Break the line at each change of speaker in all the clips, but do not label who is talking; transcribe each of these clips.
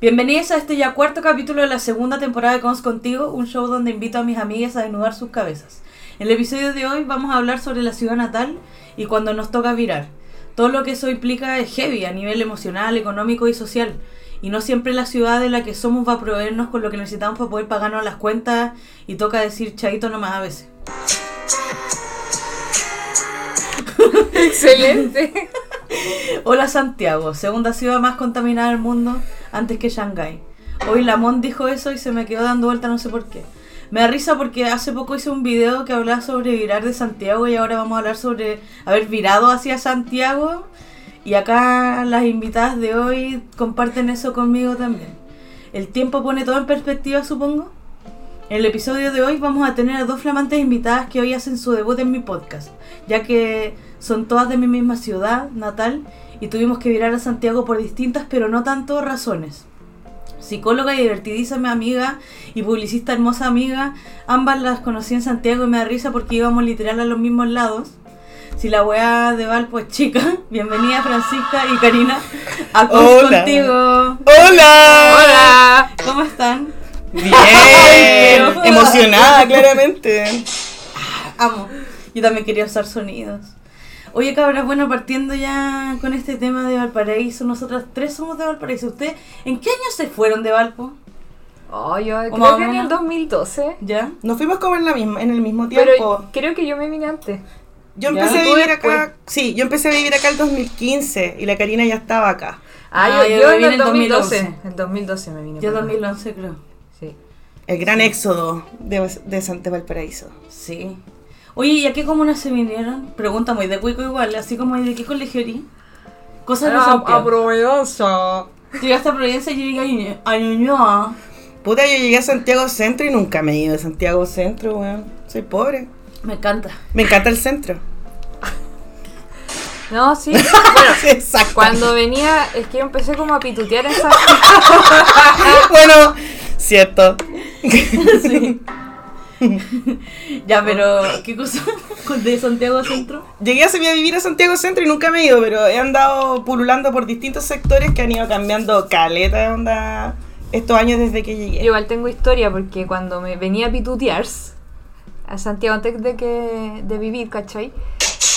Bienvenidos a este ya cuarto capítulo de la segunda temporada de Cons Contigo, un show donde invito a mis amigas a desnudar sus cabezas. En el episodio de hoy vamos a hablar sobre la ciudad natal y cuando nos toca virar. Todo lo que eso implica es heavy a nivel emocional, económico y social. Y no siempre la ciudad de la que somos va a proveernos con lo que necesitamos para poder pagarnos las cuentas y toca decir chaito nomás a veces.
Excelente.
Hola Santiago, segunda ciudad más contaminada del mundo antes que Shanghái. Hoy Lamont dijo eso y se me quedó dando vuelta no sé por qué. Me da risa porque hace poco hice un video que hablaba sobre virar de Santiago y ahora vamos a hablar sobre haber virado hacia Santiago. Y acá las invitadas de hoy comparten eso conmigo también. El tiempo pone todo en perspectiva, supongo. En el episodio de hoy vamos a tener a dos flamantes invitadas que hoy hacen su debut en mi podcast, ya que son todas de mi misma ciudad natal y tuvimos que virar a Santiago por distintas, pero no tanto, razones. Psicóloga y divertidísima amiga y publicista hermosa amiga, ambas las conocí en Santiago y me da risa porque íbamos literal a los mismos lados. Si la weá de Valpo es chica, bienvenida Francisca y Karina a Cons
Hola.
Contigo.
¡Hola!
Hola.
¿Cómo están?
Bien,
Ay, no.
emocionada claramente.
Amo. Yo también quería usar sonidos. Oye, cabras, bueno, partiendo ya con este tema de Valparaíso, nosotras tres somos de Valparaíso. ¿Usted en qué año se fueron de Valpo?
Oh, yo
Como
creo que en
una-
el 2012.
¿Ya?
Nos fuimos como en la misma, en el mismo tiempo.
Pero creo que yo me vine antes.
Yo
ya,
empecé a
tú
vivir
después.
acá, sí, yo empecé a vivir acá el 2015 y la Karina ya estaba acá.
Ah,
Ah, yo
yo, yo
me
en
vine
el
en 2012.
2012. En 2012 me vine.
Yo
para acá.
2011 creo.
Sí.
El gran éxodo de, de Santa Valparaíso.
Sí. Oye, ¿y a qué comunas se vinieron? Pregunta muy de cuico igual, así como de qué colegio erí? Cosas de Santiago.
Aprovechoso.
Llegaste a Providencia y yo llegué a Ñuñoa- a Ñuñoa.
Puta, yo llegué a Santiago Centro y nunca me he ido de Santiago Centro, weón. Soy pobre.
Me encanta.
Me encanta el centro.
No, sí.
Exacto.
Cuando venía, es que yo empecé como a pitutear en Santiago.
bueno, cierto.
Sí. ya, pero ¿qué cosa? ¿De Santiago Centro?
Llegué a se- a vivir a Santiago Centro y nunca me he ido, pero he andado pululando por distintos sectores que han ido cambiando caleta de onda estos años desde que
Yo
llegué.
igual tengo historia porque cuando me venía a pitutear a Santiago antes de que de vivir, ¿cachai?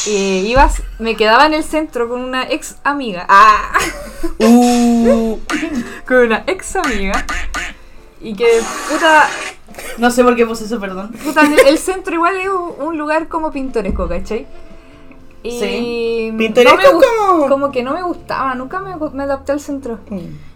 Eh, ibas, me quedaba en el centro con una ex amiga. ¡Ah!
Uh,
Con una ex amiga. Y que puta,
No sé por qué puse eso, perdón.
puta, el- el centro igual es un un lugar como pintoresco, ¿cachai? Y
Sí.
no
Pintoresco
me gust-
como-
como que no me gustaba, nunca me, gu- me adapté al centro.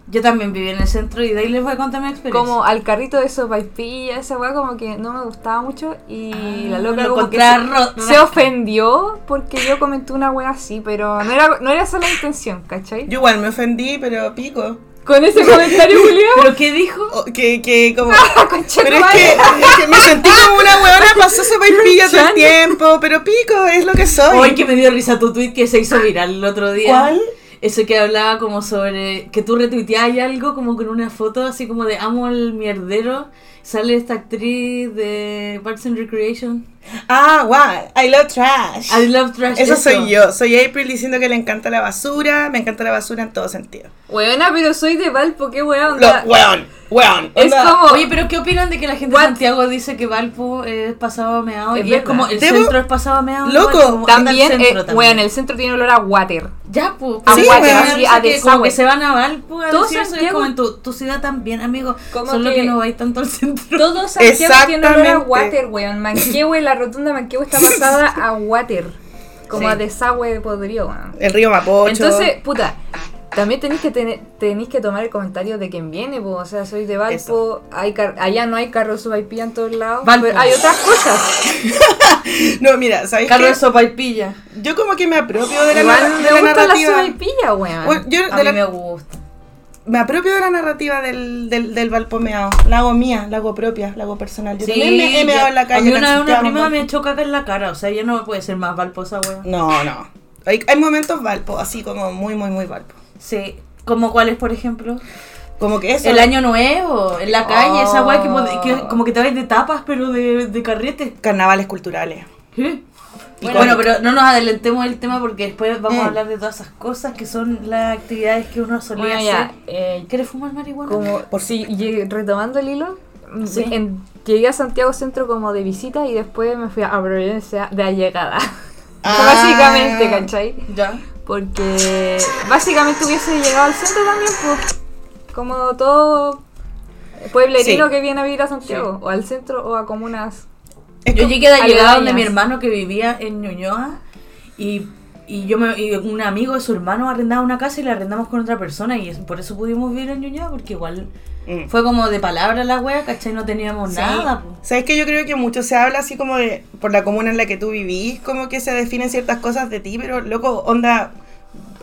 Yo también viví en el centro y de ahí les voy a contar mi experiencia.
Como al carrito de sopa y pilla, esa weá como que no me gustaba mucho y
Ah,
la loca
lo
como que
encontraba
se,
ro-
se ofendió porque yo comenté una weá así, pero no era, no era esa la intención, ¿cachai?
yo igual me ofendí, pero pico.
Con ese comentario, Julián.
¿Pero qué dijo?
O- que, que como...
concha
Pero
tu
es
madre.
que, es que me sentí como una huevona, pasó ese pilla todo
Luchando.
el tiempo, pero pico, es lo que soy.
Hoy que me dio risa tu tweet que se hizo viral el otro día.
¿Cuál?
Ese que hablaba como sobre que tú retuiteabas algo como con una foto así como de amo el mierdero. Sale esta actriz de Parks and Recreation.
Ah, wow, I love trash.
I love trash.
Eso
eso.
soy yo, soy April diciendo que le encanta la basura, me encanta la basura en todo sentido.
Weona, pero soy de Valpo, qué weá
Lo,
onda.
weón, weón.
es
onda.
como.
Oye, pero ¿qué opinan de que la gente
What?
de Santiago dice que Valpo es pasado a meado? y
Es
es
verdad.
como el
Debo-
centro es pasado a meado.
Loco.
igual, como anda al
también, eh,
centro también.
weón, el centro tiene olor a water.
Ya, pues.
A
Sí,
Aguante,
weón.
me da
Sí,
risa
a
que
desagüe.
como que se van a Valpo a
Todo
decir eso, y es
Santiago-
como en tu, tu ciudad también, amigo.
Como
Solo que...
que
no vais tanto al centro.
Todo Santiago tiene olor a
Exactamente.
water, weón. Manquehue, la rotunda Manquehue está pasada a water. Como
Sí.
a desagüe de podrido, weón.
El río Mapocho.
Entonces, puta, también tenéis que tener, tenéis que tomar el comentario de quien viene, po. o sea, soy de Valpo,
Eso.
hay car- allá no hay carros subaipilla en todos lados,
Valpo.
pero hay otras cosas.
No, mira, ¿sabes
Carro
qué?
de sopa y pilla.
Yo como que me apropio de la, narra-
Igual me
de la
gusta la
narrativa.
subaipilla, weón.
Bueno, yo
A mí
de
me
la- me...
gusta.
apropio de la narrativa del, del, del valpomeado. La hago mía, la hago propia, la hago personal. Yo también me he meado en la calle.
A mí una
acá
vez
en
una
Santiago,
prima
en
me
Valpo.
echó caca en la cara. O sea, ella no puede ser más valposa, weón.
No, no. Hay, hay momentos Valpo, así como muy, muy, muy Valpo.
Sí. ¿Como cuáles, por ejemplo?
Como que eso.
El año nuevo, en la calle, esa weá que, pod- que
Oh.
como que te vais de tapas, pero de, de carrete.
Carnavales culturales.
¿Qué?
Icónico.
Bueno, pero no nos adelantemos del tema porque después vamos a
Mm.
hablar de todas esas cosas que son las actividades que uno solía
Bueno, ya.
hacer.
eh,
¿Quieres fumar marihuana?
como por si llegué- retomando el hilo mm,
Sí.
en- llegué a Santiago Centro como de visita y después me fui a Providencia de allegada básicamente
Ah.
¿cachai?
Ya.
porque básicamente hubiese llegado al centro también pues, como todo pueblerino
Sí.
que viene a vivir a Santiago o al centro o a comunas
Es
Yo
como-
llegué de allegada donde
Aledañas.
mi hermano que vivía en Ñuñoa y, y yo me, y un amigo de su hermano arrendaba una casa y la arrendamos con otra persona y es- por eso pudimos vivir en Ñuñoa porque igual
Mm.
fue como de palabra la wea, ¿cachai? No teníamos
Sí.
nada. po.
Sabes que yo creo que mucho se habla así como de por la comuna en la que tú vivís, como que se definen ciertas cosas de ti, pero loco, onda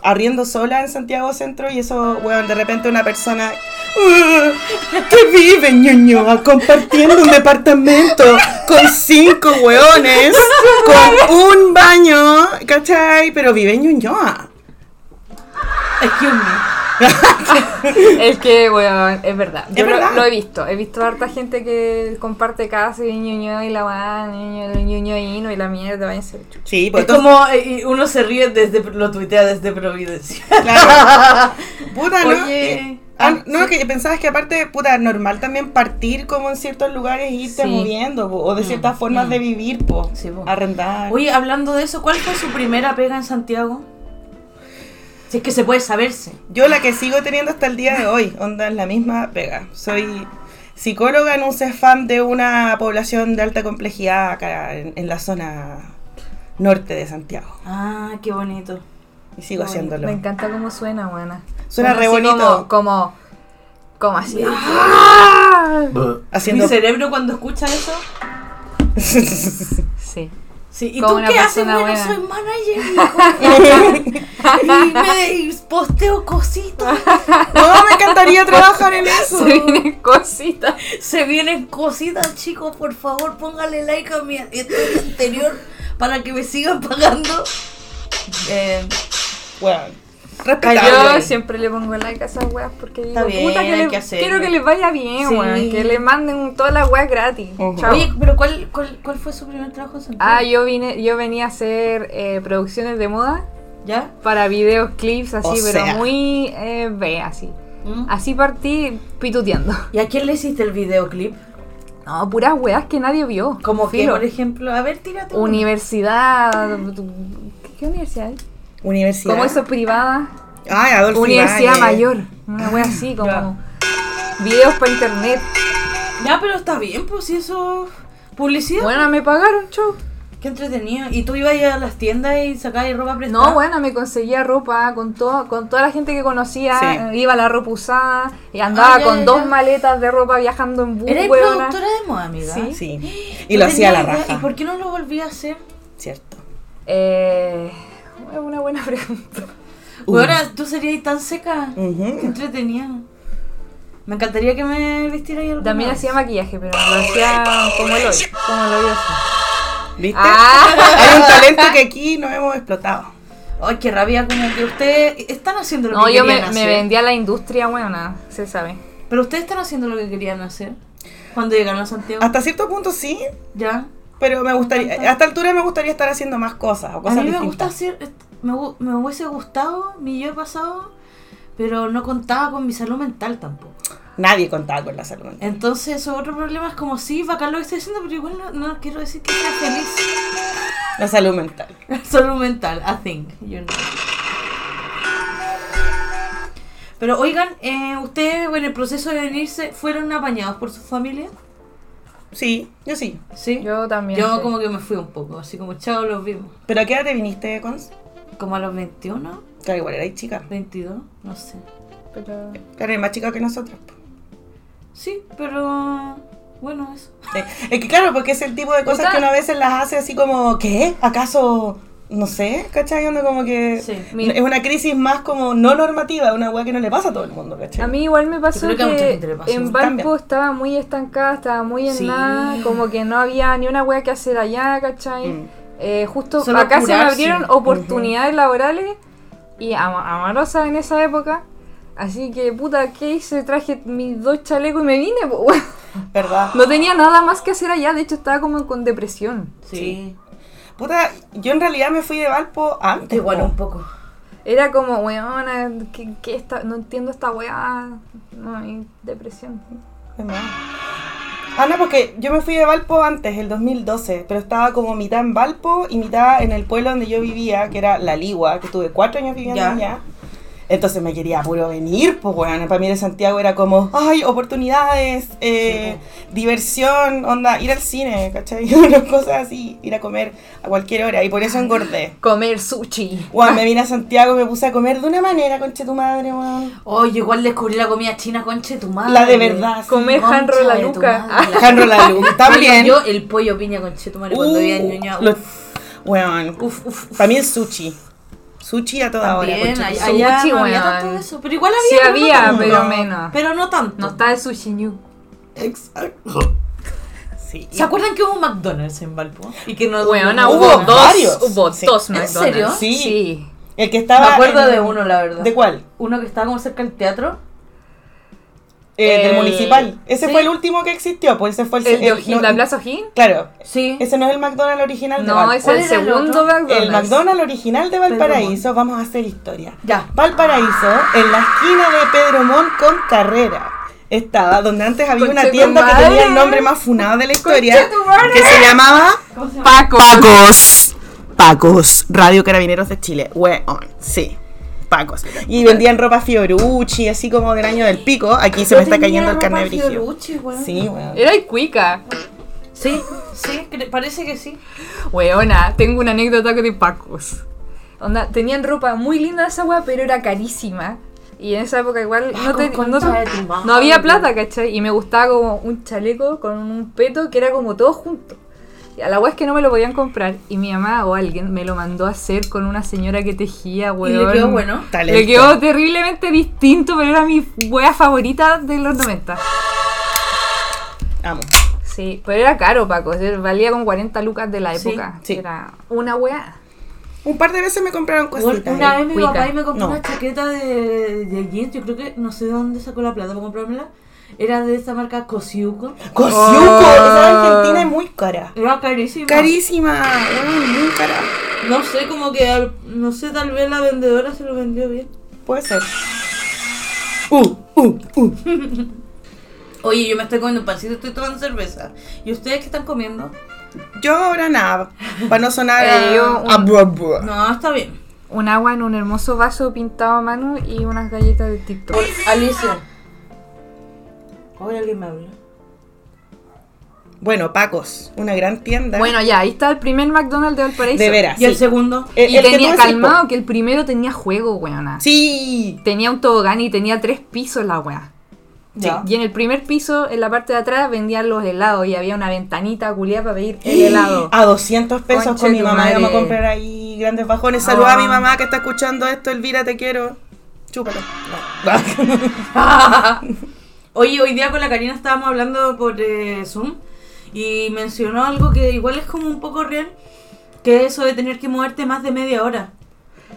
arriendo sola en Santiago Centro y eso, weón, de repente una persona "Uh, que vive ñoñoa compartiendo un departamento con cinco weones, con un baño, ¿cachai? Pero vive en ñoñoa.
Excuse me.
es que bueno es verdad yo lo,
verdad.
lo he visto he visto harta gente que comparte casa y ñoño y la van ñoño ñoñoíno y la mierda váyanse
Sí, pues
es como eh, y uno se ríe desde, lo tuitea desde Providencia.
Claro. Puta, ¿no?
Oye.
Eh, ah, no, que pensabas que aparte, puta, normal también partir como en ciertos lugares e irte
Sí.
moviendo, po, o de ciertas formas de vivir, po,
Sí, po.
arrendar.
Oye, hablando de eso, ¿cuál fue su primera pega en Santiago? Si es que se puede saberse.
Yo la que sigo teniendo hasta el día de hoy, onda, es la misma pega. Soy psicóloga en un CEFAM de una población de alta complejidad acá en, en la zona norte de Santiago.
Ah, qué bonito.
Y sigo haciéndolo.
Me encanta cómo suena, buena.
Suena re
así
bonito.
Como, como, como así.
Mi
Haciendo...
cerebro cuando escucha eso.
Sí.
Sí, ¿y
Como
tú
una
qué haces?
persona
Bueno,
buena.
soy manager hijo. y me y posteo cositas.
no, me encantaría trabajar en eso.
Se vienen cositas.
Se vienen cositas, chicos. Por favor, póngale like a mi historia anterior para que me sigan pagando. Eh,
Bueno,
Yo
respetable.
siempre le pongo like a esas weas porque digo,
Está bien,
puta, que
hay
le-
que hacerlo.
quiero que les vaya bien,
Sí.
weón. Que les manden todas las weas gratis.
Ujú.
Chao.
oye, pero ¿cuál, cuál, cuál fue su primer trabajo en Santiago?
Ah, yo vine, yo venía a hacer eh, producciones de moda
¿Ya?
para videos, clips, así,
O
pero
sea.
muy eh, B, así.
¿Mm?
Así partí pituteando.
¿Y a quién le hiciste el videoclip?
No, puras weas que nadie vio.
Como que,
Filo.
por ejemplo, a ver, tírate. uno.
Universidad. ¿Qué, qué universidad hay?
Universidad.
Como eso privada.
Ay, Adolfo
Universidad
Ibáñez.
mayor. Una wea así, como videos para internet.
Ya, pero está bien, pues si eso. Publicidad.
Buena, me pagaron, chau.
Qué entretenido. ¿Y tú ibas a las tiendas y sacabas ropa prestada?
No, buena, me conseguía ropa con todo, con toda la gente que conocía,
Sí.
eh, iba la ropa usada y andaba
Ah, ya,
con
ya,
dos
ya.
maletas de ropa viajando en bus,
Eres
weona.
productora de moda, amiga.
Sí.
Sí.
No
Y lo hacía a la
tenía idea. ¿Y
raja.
por qué no lo volví a hacer?
Cierto.
Eh, es una buena pregunta.
Uh. Mm.
Ahora tú serías tan seca. Qué
Ujú.
entretenida. Me encantaría que me vistiera ahí alguna
También
vez.
hacía maquillaje, pero lo hacía como el hoyo, como el hoyo así.
¿Viste?
Ah,
Hay un talento que aquí no hemos explotado.
Ay, qué rabia, como que ustedes están haciendo lo
no,
que
yo me,
querían
me
hacer.
vendí a la industria, buena, se sabe.
Pero ustedes están haciendo lo que querían hacer cuando llegaron a Santiago.
Hasta cierto punto sí,
¿Ya?
pero me gustaría, a esta altura me gustaría estar haciendo más cosas o
A
cosas
mí me gusta
distintas.
hacer, me, gu- me hubiese gustado mi yo he pasado, pero no contaba con mi salud mental tampoco.
Nadie contaba con la salud. mental.
Entonces, eso otro problema es como, sí, bacán lo que estoy haciendo, pero igual no, no quiero decir que sea feliz.
La salud mental.
Salud mental, I think, you know. Pero oigan, eh, ustedes en el proceso de venirse fueron apañados por su familia,
Sí, yo sí.
¿sí?
Yo también.
Yo
sí.
como que me fui un poco, así como, chao, los vimos.
¿Pero a qué edad te viniste, Cons?
Como a los 21,
Claro, igual erais chica.
22, no sé.
Pero-
Claro, eres más chica que nosotros. po.
Sí, pero bueno, eso.
Eh, Es que claro, porque es el tipo de cosas
Puta.
que uno a veces las hace así como, ¿qué? ¿Acaso? No sé, ¿cachai? Onda como que...
Sí.
Mi-
Es una crisis más como no normativa, una weá que no le pasa a todo el mundo, ¿cachai?
A mí igual me pasó
creo
que,
que a mucha gente le pasa.
en
También.
Valpo estaba muy estancada, estaba muy en
Sí.
nada, como que no había ni una wea que hacer allá, ¿cachai?
Mm.
Eh, justo
Solo
acá se me
curarse.
abrieron oportunidades laborales y ama- amarosas en esa época. Así que, puta, ¿qué hice? Traje mis dos chalecos y me vine. po, weón.
¿Verdad?
No tenía nada más que hacer allá, de hecho estaba como con depresión.
Sí.
Puta, yo en realidad me fui de Valpo antes.
Igual
po.
un poco.
Era como, weona, ¿qué, qué esta- no entiendo esta weá. No, y depresión.
De más. Pues Ah, no, porque yo me fui de Valpo antes, el 2012, pero estaba como mitad en Valpo y mitad en el pueblo donde yo vivía, que era La Ligua, que tuve cuatro años viviendo
Ya.
allá. Entonces me quería puro venir, pues bueno, para mí de Santiago era como, ay, oportunidades, eh, diversión, onda, ir al cine, ¿cachai? Unas cosas así, ir a comer a cualquier hora, y por eso engordé.
Comer sushi.
Guau, me vine a Santiago y me puse a comer de una manera, conche tu madre, weón.
Oye, igual descubrí la comida china, conche tu madre.
La de verdad. sí.
Comer
Concha
hanro la
de tu
luca.
madre.
Alejandro Lalu, también.
Yo el pollo piña, conche tu madre, cuando
Ah, Uh,
vi a Ñuñoa.
lo-
Uf,
Weón,
uf, uf, uf.
Para mí es sushi. Sushi a toda hora.
También,
concha tu
allá,
madre.
allá
Sushi,
no había
weón.
tanto de eso. Pero igual
Sí
había. pero no
había,
tanto.
pero
No.
menos.
Pero no tanto.
No está el sushi new.
Exacto. Sí.
¿Se acuerdan que hubo un McDonald's en Valpo? Y que no
Weona,
no-
hubo,
Hubo
dos.
varios.
Hubo
Sí.
dos
¿En
McDonald's.
serio?
Sí.
sí.
El que
Me
estaba.
acuerdo
en-
de uno, la verdad.
¿De cuál?
Uno que estaba como cerca del teatro.
Eh, Del
El-
municipal. Ese
sí.
fue el último que existió, pues ese fue el.
El de
Eh,
el-
O'Higgins,
no-
la Plaza O'Higgins.
Claro.
Sí.
Ese no es el McDonald's original de
No,
Valpo.
es
¿Cuál
el
era el
segundo
otro?
McDonald's.
El McDonald's original de Valparaíso. Vamos a hacer historia.
Ya.
Valparaíso, en la esquina de Pedro Montt con Carrera. Estaba donde antes había una
Conche tu
tienda que
madre.
tenía el nombre más funado de la historia.
Conche tu madre.
Que se llamaba
¿Cómo se llama?
Paco.
Pacos. Pacos. Radio Carabineros de Chile. Weón. Sí. Pacos. Y vendían ropa Fiorucci, así como del año del pico. Aquí se me está cayendo el carne brígido.
Sí.
Sí, weón.
Era el cuica.
Sí, sí, cre- parece que sí.
Weona, tengo una anécdota de Pacos. Onda, tenían ropa muy linda esa weá, pero era carísima. Y en esa época igual no,
Pacos,
te- no,
concha
te-
de tu madre.
no había plata, ¿cachai? Y me gustaba como un chaleco con un peto que era como todo junto. Y a la weá es que no me lo podían comprar. Y mi mamá o alguien me lo mandó a hacer con una señora que tejía,
Y
weón.
le quedó bueno.
Talento.
Le quedó terriblemente distinto, pero era mi wea favorita de los 90.
Amo.
Sí, pero era caro, Paco. o sea, Valía como 40 lucas de la
Sí,
época.
sí.
Era una wea.
Un par de veces me compraron cositas.
Una
ahí.
vez mi
Cuica.
papá y me compró
No.
una chaqueta de, de jeans, yo creo que no sé de dónde sacó la plata para comprármela. Era de esta marca Cosiuco.
Cosiuco.
Oh.
Esa argentina es muy cara.
Era carísima.
Carísima. Weón, muy cara.
No sé, como que al- no sé, tal vez la vendedora se lo vendió bien.
Puede ser. Uh, uh, uh.
Oye, yo me estoy comiendo un pancito, estoy tomando cerveza. ¿Y ustedes qué están comiendo?
Yo ahora nada. Para no sonar. ah,
Eh, yo un-
a bro, bro.
No, está bien.
Un agua en un hermoso vaso pintado a mano y unas galletas de TikTok.
Alicia. Ahora alguien me habla.
Bueno, Pacos. Una gran tienda.
Bueno, ya, ahí está el primer McDonald's de Valparaíso.
de veras.
¿Y el
sí.
segundo?
Eh, El-
Y
el que
tenía
tú decís,
calmado que el primero tenía juego, weona.
Sí.
Tenía un tobogán y tenía tres pisos la wea.
Ya.
Y en el primer piso, en la parte de atrás, vendían los helados y había una ventanita culiada para pedir el helado.
A 200 pesos
Conche
con mi
tu
mamá
madre.
íbamos a comprar ahí grandes bajones. Saluda
Ah.
a mi mamá que está escuchando esto. Elvira, te quiero. Chúpalo. No.
Ah.
Oye, hoy día con la Karina estábamos hablando por eh, Zoom y mencionó algo que igual es como un poco real, que es eso de tener que moverte más de media hora.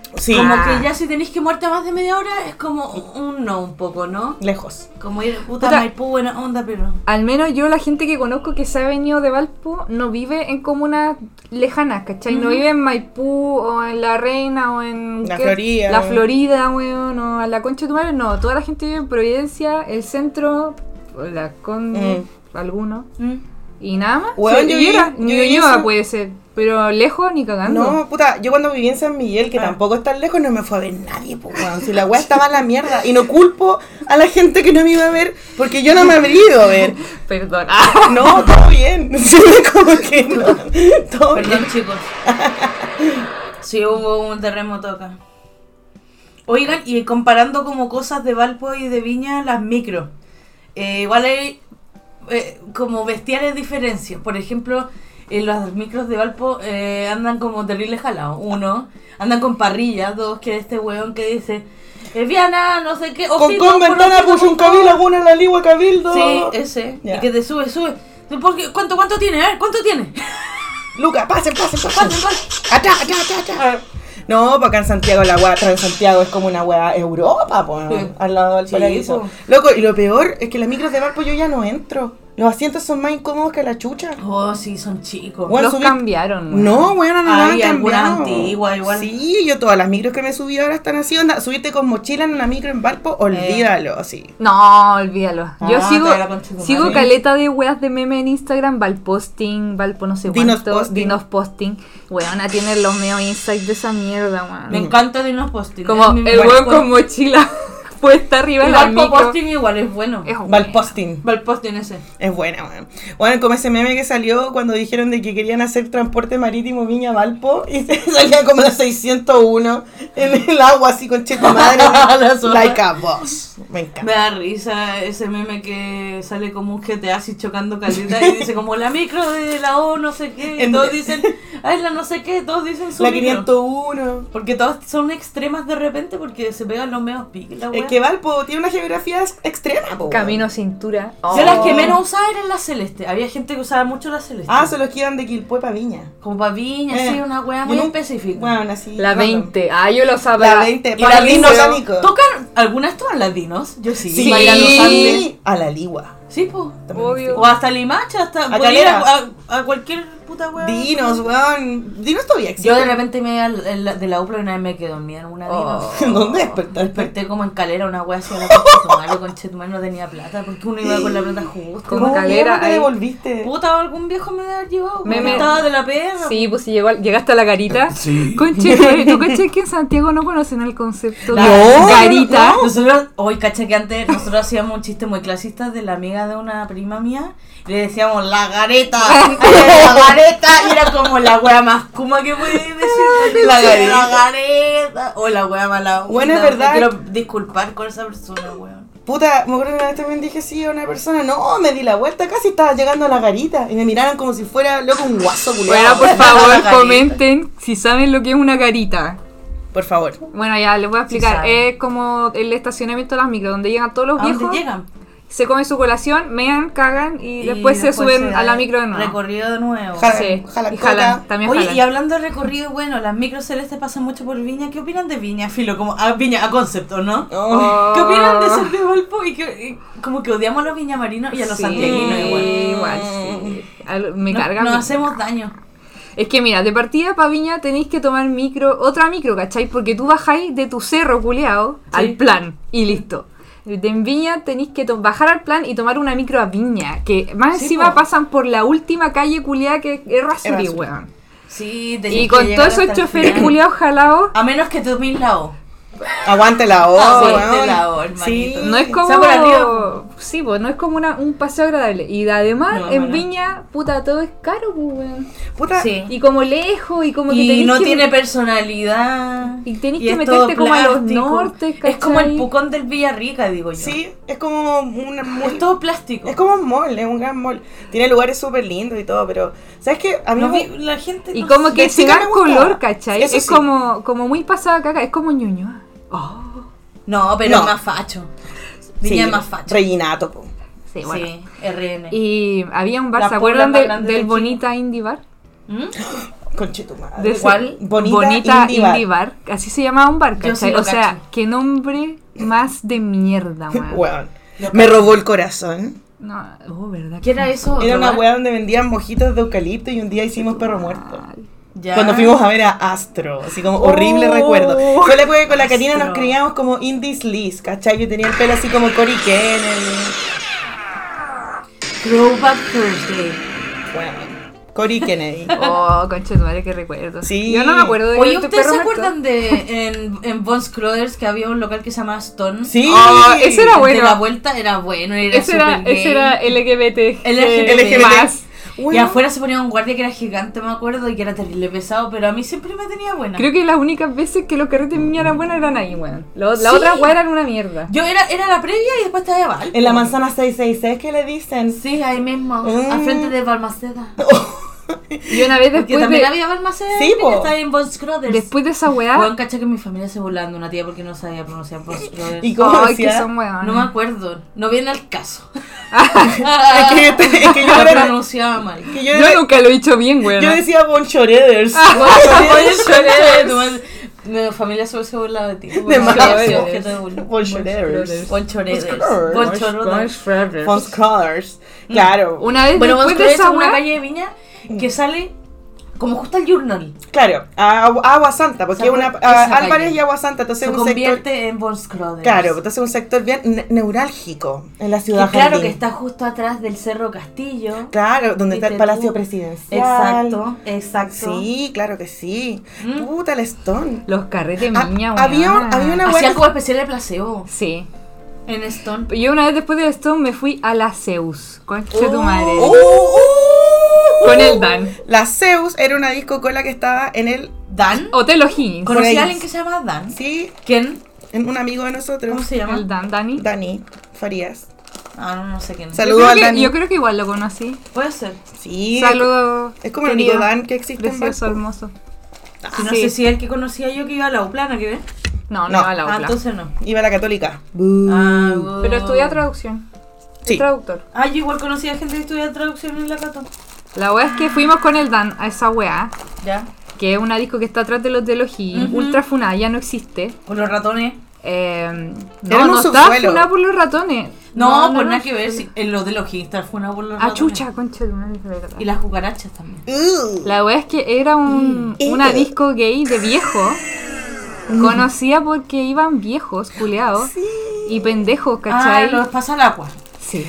sí,
Como
Ah.
que ya si tenéis que moverte más de media hora es como un no un poco, ¿no?
lejos.
Como ir puta,
Puta.
Maipú, buena onda, pero...
Al menos yo, la gente que conozco que se ha venido de Valpo, no vive en comunas lejanas, ¿cachai? No
Ujú.
vive en Maipú o en La Reina o en...
La
¿qué?
Florida.
La Florida, weón, o a la Concha de tu Madre. No, toda la gente vive en Providencia, el centro, o la Conde, alguno.
Mm.
Y nada más.
Weón, yo
y
vi-
era
yo vi
Ñuñoa
eso.
puede ser, pero lejos ni cagando.
No, puta, yo cuando viví en San Miguel, que
Ah.
tampoco es tan lejos, no me fue a ver nadie, po, weón. Si la weá estaba a la mierda. Y no culpo a la gente que no me iba a ver, porque yo no me habría ido a ver.
Perdón.
No, todo bien. Sí, como que no. Todo bien.
Perdón, chicos. Sí, hubo un terremoto acá. Oigan, y comparando como cosas de Valpo y de Viña, las micro. Eh, igual hay eh, como bestiales diferencias. Por ejemplo, en las micros de Valpo eh, andan como terribles jalados. Uno, andan con parrillas. Dos, que este weón que dice, eh, Viana, no sé qué.
Con
ojito,
con ventana,
por
pues
ojito,
un cabildo, alguna la ligua cabildo.
Sí, ese.
Ya.
Y que te sube, sube. ¿Por qué? ¿Cuánto, ¿Cuánto tiene? A ver, ¿cuánto tiene?
Luca, pasen, pasen, pasen. Atrás, atrás, atrás,
Ah.
atrás. No, porque acá en Santiago la weá Santiago es como una weá Europa, po, ¿no?
Sí.
al lado del
Sí,
paraíso.
po.
Loco, y lo peor es que las micros de Valpo yo ya no entro. Los asientos son más incómodos que la chucha.
Oh, sí, son chicos.
Bueno,
Los
subí-
cambiaron. weón.
No, weón, no, no,
Ay,
han
Mm. alguna
cambiado.
antigua, igual.
Sí, yo todas las micros que me subí ahora están así, onda, subirte con mochila en una micro en
Eh.
Valpo, olvídalo, así.
No, olvídalo. Yo
Ah,
sigo,
te la concha de tu
sigo
madre.
caleta de weas de meme en Instagram, Valposting, Valpo no sé
Dinos
cuánto,
posting.
Dinos Posting. Weona tiene los medios insights de esa mierda, weón.
Me
mm.
encanta Dinos Posting.
Como
Es mi-
el weón
Valpo-
con mochila puesta arriba de la
Valpo
micro.
Posting igual es bueno.
Es bueno.
Valposting.
Valposting ese.
Es buena, weón. Bueno, como ese meme que salió cuando dijeron de que querían hacer transporte marítimo Viña Valpo y se salían como los 601 en el agua así con cheto madre. like a boss.
Me
Me encanta.
da risa ese meme que sale como un GTA así chocando caleta y dice como la micro de la O no sé qué. Y
En-
todos dicen, ah, es la no sé qué, todos dicen su
La
micro.
501.
Porque todas son extremas de repente porque se pegan los medios piques la
Es
wea.
que Valpo tiene una geografía ex- extrema, po, weón.
Camino cintura.
Yo las
Oh.
que menos usaba eran las celeste. Había gente que usaba mucho las celeste.
Ah, se los quedan de Quilpue pa' Viña.
Como papiña,
Eh,
así, una wea
yo
muy
nunca-
específica.
Bueno, así.
La
random.
20. Ah, yo lo sabía.
La 20.
Y las
Para
dinos,
Sánico.
¿tocan? ¿Algunas tocan las dinos? Yo sí.
Sí.
Bailando sangre.
A la ligua.
Sí, po.
Obvio.
O hasta Limacha, hasta.
A
podía ir a,
Calera.
a- a cualquier puta wea.
Dinos, weón. Dinos todavía existe.
Yo de repente me iba al- en la- de la UPLA y una vez me quedé dormida en una
Oh.
dinos.
¿Dónde despertaste?
Desperté como en calera, una wea así a la conchetumare, conchetumare, no tenía plata, porque uno iba con la plata justa.
Como
¿Cómo
calera
mierda te
ahí.
devolviste?
Puta, algún viejo me debe haber llevado. Me,
Meme.
estaba de la perra.
Sí, pues si llegó al- llegaste a la garita. Sí. Conche, madre, tú conche que en Santiago no conocen el concepto
La-
de
No,
garita.
Nosotros, hoy caché que antes nosotros hacíamos un chiste muy clasista de la amiga de una prima mía y le decíamos la gareta, la gareta, y era como la wea más kuma que podía decir la gareta, la gareta, o la wea mala. onda.
Bueno, es verdad.
Me quiero disculpar con esa persona, weón.
Puta, me acuerdo que una vez también dije sí a una persona. No, me di la vuelta casi estaba llegando a la garita. Y me miraron como si fuera loco un guaso
Bueno,
culiado.
por
La
favor,
garita.
comenten si saben lo que es una garita.
Por favor.
Bueno, ya les voy a explicar.
saben.
es como el estacionamiento de las micros, donde llegan todos los
¿A dónde
viejos,
llegan?
se comen su colación, mean, cagan y, después, se
después
suben
se
a la
da
micro de nuevo.
Recorrido de nuevo.
Jala-
Sí,
Jalan
y jalan,
coca.
también
Oye,
jalan.
y hablando de recorrido, bueno, las micros celestes pasan mucho por Viña. ¿Qué opinan de Viña, Filo? Como a Viña, a concepto, ¿no?
Oh.
¿Qué opinan de ser de Valpo? Y que y como que odiamos a los viñamarinos y a los
Sí,
santiaguinos igual.
igual, sí. Al- Me
No-
cargan.
Nos
mi-
hacemos daño.
Es que mira, de partida pa' Viña tenéis que tomar micro, otra micro, ¿cachai? Porque tú bajáis de tu cerro culeado al plan y listo. De en Viña tenéis que to- bajar al plan y tomar una micro a Viña, que más
Sí,
encima
po.
pasan por la última calle culeada que es Rasuri,
Errázuriz.
weón.
Sí, tenés
Y
que
con
llegar
todos esos
hasta el
choferes oh,
final.
culeados jalados,
A menos que tomes la O.
Aguante la O,
Aguante
weón.
la O, hermanito.
Sí.
no es como.
sea, por arriba.
Sí, pues no es como una- un paseo agradable. Y de- además,
No,
en
no, no.
Viña, puta, todo es caro, pues, weón.
Puta.
Sí.
Y como lejos, y como que
Y
tenéis
no
que-
tiene personalidad.
Y tenés que
es
meterte
todo
como a los
plástico.
nortes,
Es como el
¿cachai?
pucón del Villarrica, digo yo.
Sí, es como una
Es todo plástico.
Es como un mall, es un gran mall. Tiene lugares súper lindos y todo, pero ¿sabes qué? A mí
No
me-
vi- la gente
Y
no
como
sé.
que
de
se
chica
da
me gustaba.
color, ¿cachai?
Eso
es
sí.
como, como muy pasada caca, es como Ñuñoa. Oh.
No, pero
No.
es más facho.
Sí,
Viña es más facho.
Reginato, po.
Sí, bueno.
Sí, RN.
Y había un bar,
La
¿se acuerdan
pulga más
del-
grande
del
de
Bonita Indie Bar?
¿Mm?
Conchito madre.
De
¿Cuál?
Bonita, Indie Bar.
Indie Bar. Así se llamaba un bar,
Yo sí
¿cachai?
lo
o sea,
cacho.
qué nombre más de mierda, weón.
Weón. Me robó el corazón.
No, oh, ¿verdad?
¿Qué era eso?
Era una
Robar.
weá donde vendían mojitos de eucalipto y un día hicimos perro muerto.
Ah, Ya.
Cuando fuimos a ver a Astro, así como horrible
Oh.
recuerdo. Fue la época que con la Karina
Astro.
nos criamos como indies Liz, ¿cachai? Yo tenía el pelo así como Cory Kennedy.
Throwback Thursday.
Bueno, Cory Kennedy.
Oh, conchetumare, qué recuerdo.
Sí.
Yo no me acuerdo de
Oye,
este
¿ustedes
perro
se
muerto.
acuerdan de en, en Von Scrothers que había un local que se llamaba Stone?
Sí.
Oh, ese era
El
bueno.
De la vuelta Ah, era bueno, era
Ese era,
supergay.
ese era LGBT.
LGBT.
Más.
Y
Bueno,
afuera se ponía un guardia que era gigante, me acuerdo, y que era terrible pesado, pero a mí siempre me tenía buena.
Creo que las únicas veces que los carretes de niña eran buenos eran ahí, weón. Lo- La
Sí.
otra weá eran una mierda.
Yo era, era la previa y después estaba de Val.
En la manzana 666, ¿qué le dicen?
Sí, ahí mismo,
Mm.
Ah.
al frente de Balmaceda.
Y una vez
Porque
después
también
de,
había Balmaceda,
Sí, po.
que estaba en Von Scrothers.
después de esa
Weón,
weá.
cacha que mi familia se burlando una tía porque no sabía pronunciar Von Scrothers.
¿Y cómo
Ay, que
decía?
son weones.
No me acuerdo, no viene al caso.
Es que, es que yo,
Lo
era-
pronunciaba mal.
que yo, era-
Yo nunca lo he dicho bien, weón.
yo decía Bonchoreders.
Ah. Mi familia solo se burla de ti.
De más. Pues,
Bonchoredes.
Bonchoreders. ¿eh? Pues,
Bonchoredes.
Bonchoreders.
Mm.
Claro.
Una vez
Bueno,
después de
Bonchoredes es
esa
una
weá,
calle de Viña
Mm.
que sale como justo al journal.
Claro, a- a Agua Santa, porque
Esa
una,
calle.
a- Álvarez y Agua Santa, entonces
Se
un sector.
convierte en Bonchoredes.
Claro, entonces un sector bien ne- neurálgico en la
eh, Que
ciudad
claro
jardín.
que está justo atrás del Cerro Castillo.
Claro, donde está el
Viste
Palacio
tú.
Presidencial.
Exacto, exacto.
Sí, claro que sí.
Mm.
Puta, el Stone.
los carretes
Ah,
miña, weón.
había- había una-
Hacía
Bueno,
como especial de placebo
Sí.
en Stone.
Yo una vez después del Stone me fui a la Zeus. Concha tu madre.
¡Uh! ¡Uh!
Con el Dan.
La Zeus era una disco cola que estaba en el.
Dan.
Hotel O'Higgins.
Con-
Conocí
Reyes.
a alguien que se llama Dan.
Sí,
¿Quién?
en un amigo de
¿Cómo
nosotros,
se llama?
El Dan, Dani.
Dani Farías.
Ah, no, no sé quién. es.
Sal-
Yo
Saludo
creo
al
que-
Dani.
Yo creo que igual lo conocí.
Puede ser.
Sí.
Saludo.
Es como el único
querido,
Dan que existe en
Precioso,
Valpo.
hermoso.
Si no
Ah, Sí.
sé si es el que conocía yo que iba a la Uplana, ¿qué ves?
No, no,
No.
a la Mm.
Ah,
UPLA.
entonces no.
Iba a la Católica. Uh.
Ah,
Pero estudia
traducción.
traducción. Es
Sí.
traductor.
Ah, yo igual conocía gente que estudia traducción en la Cato.
La wea es que fuimos con el Dan a esa wea,
Ya.
que es una disco que está atrás de los de los Higgins,
Ujú.
ultra funada, ya no existe.
Con los ratones.
Eh,
Era
no,
un
no está
subsuelo.
funada por los ratones.
No, por
no,
nada
no.
que ver. Si, en los de los Higstar fue una por los
Ah,
ratones.
chucha, concha de madre, de verdad.
Y las cucarachas también.
Uh.
La wea es que era un,
Mm.
una
Ew.
disco gay de viejo. Conocía porque iban viejos, culeados. Y pendejos,
Ah,
¿cachai?
los pasa el agua.
Sí.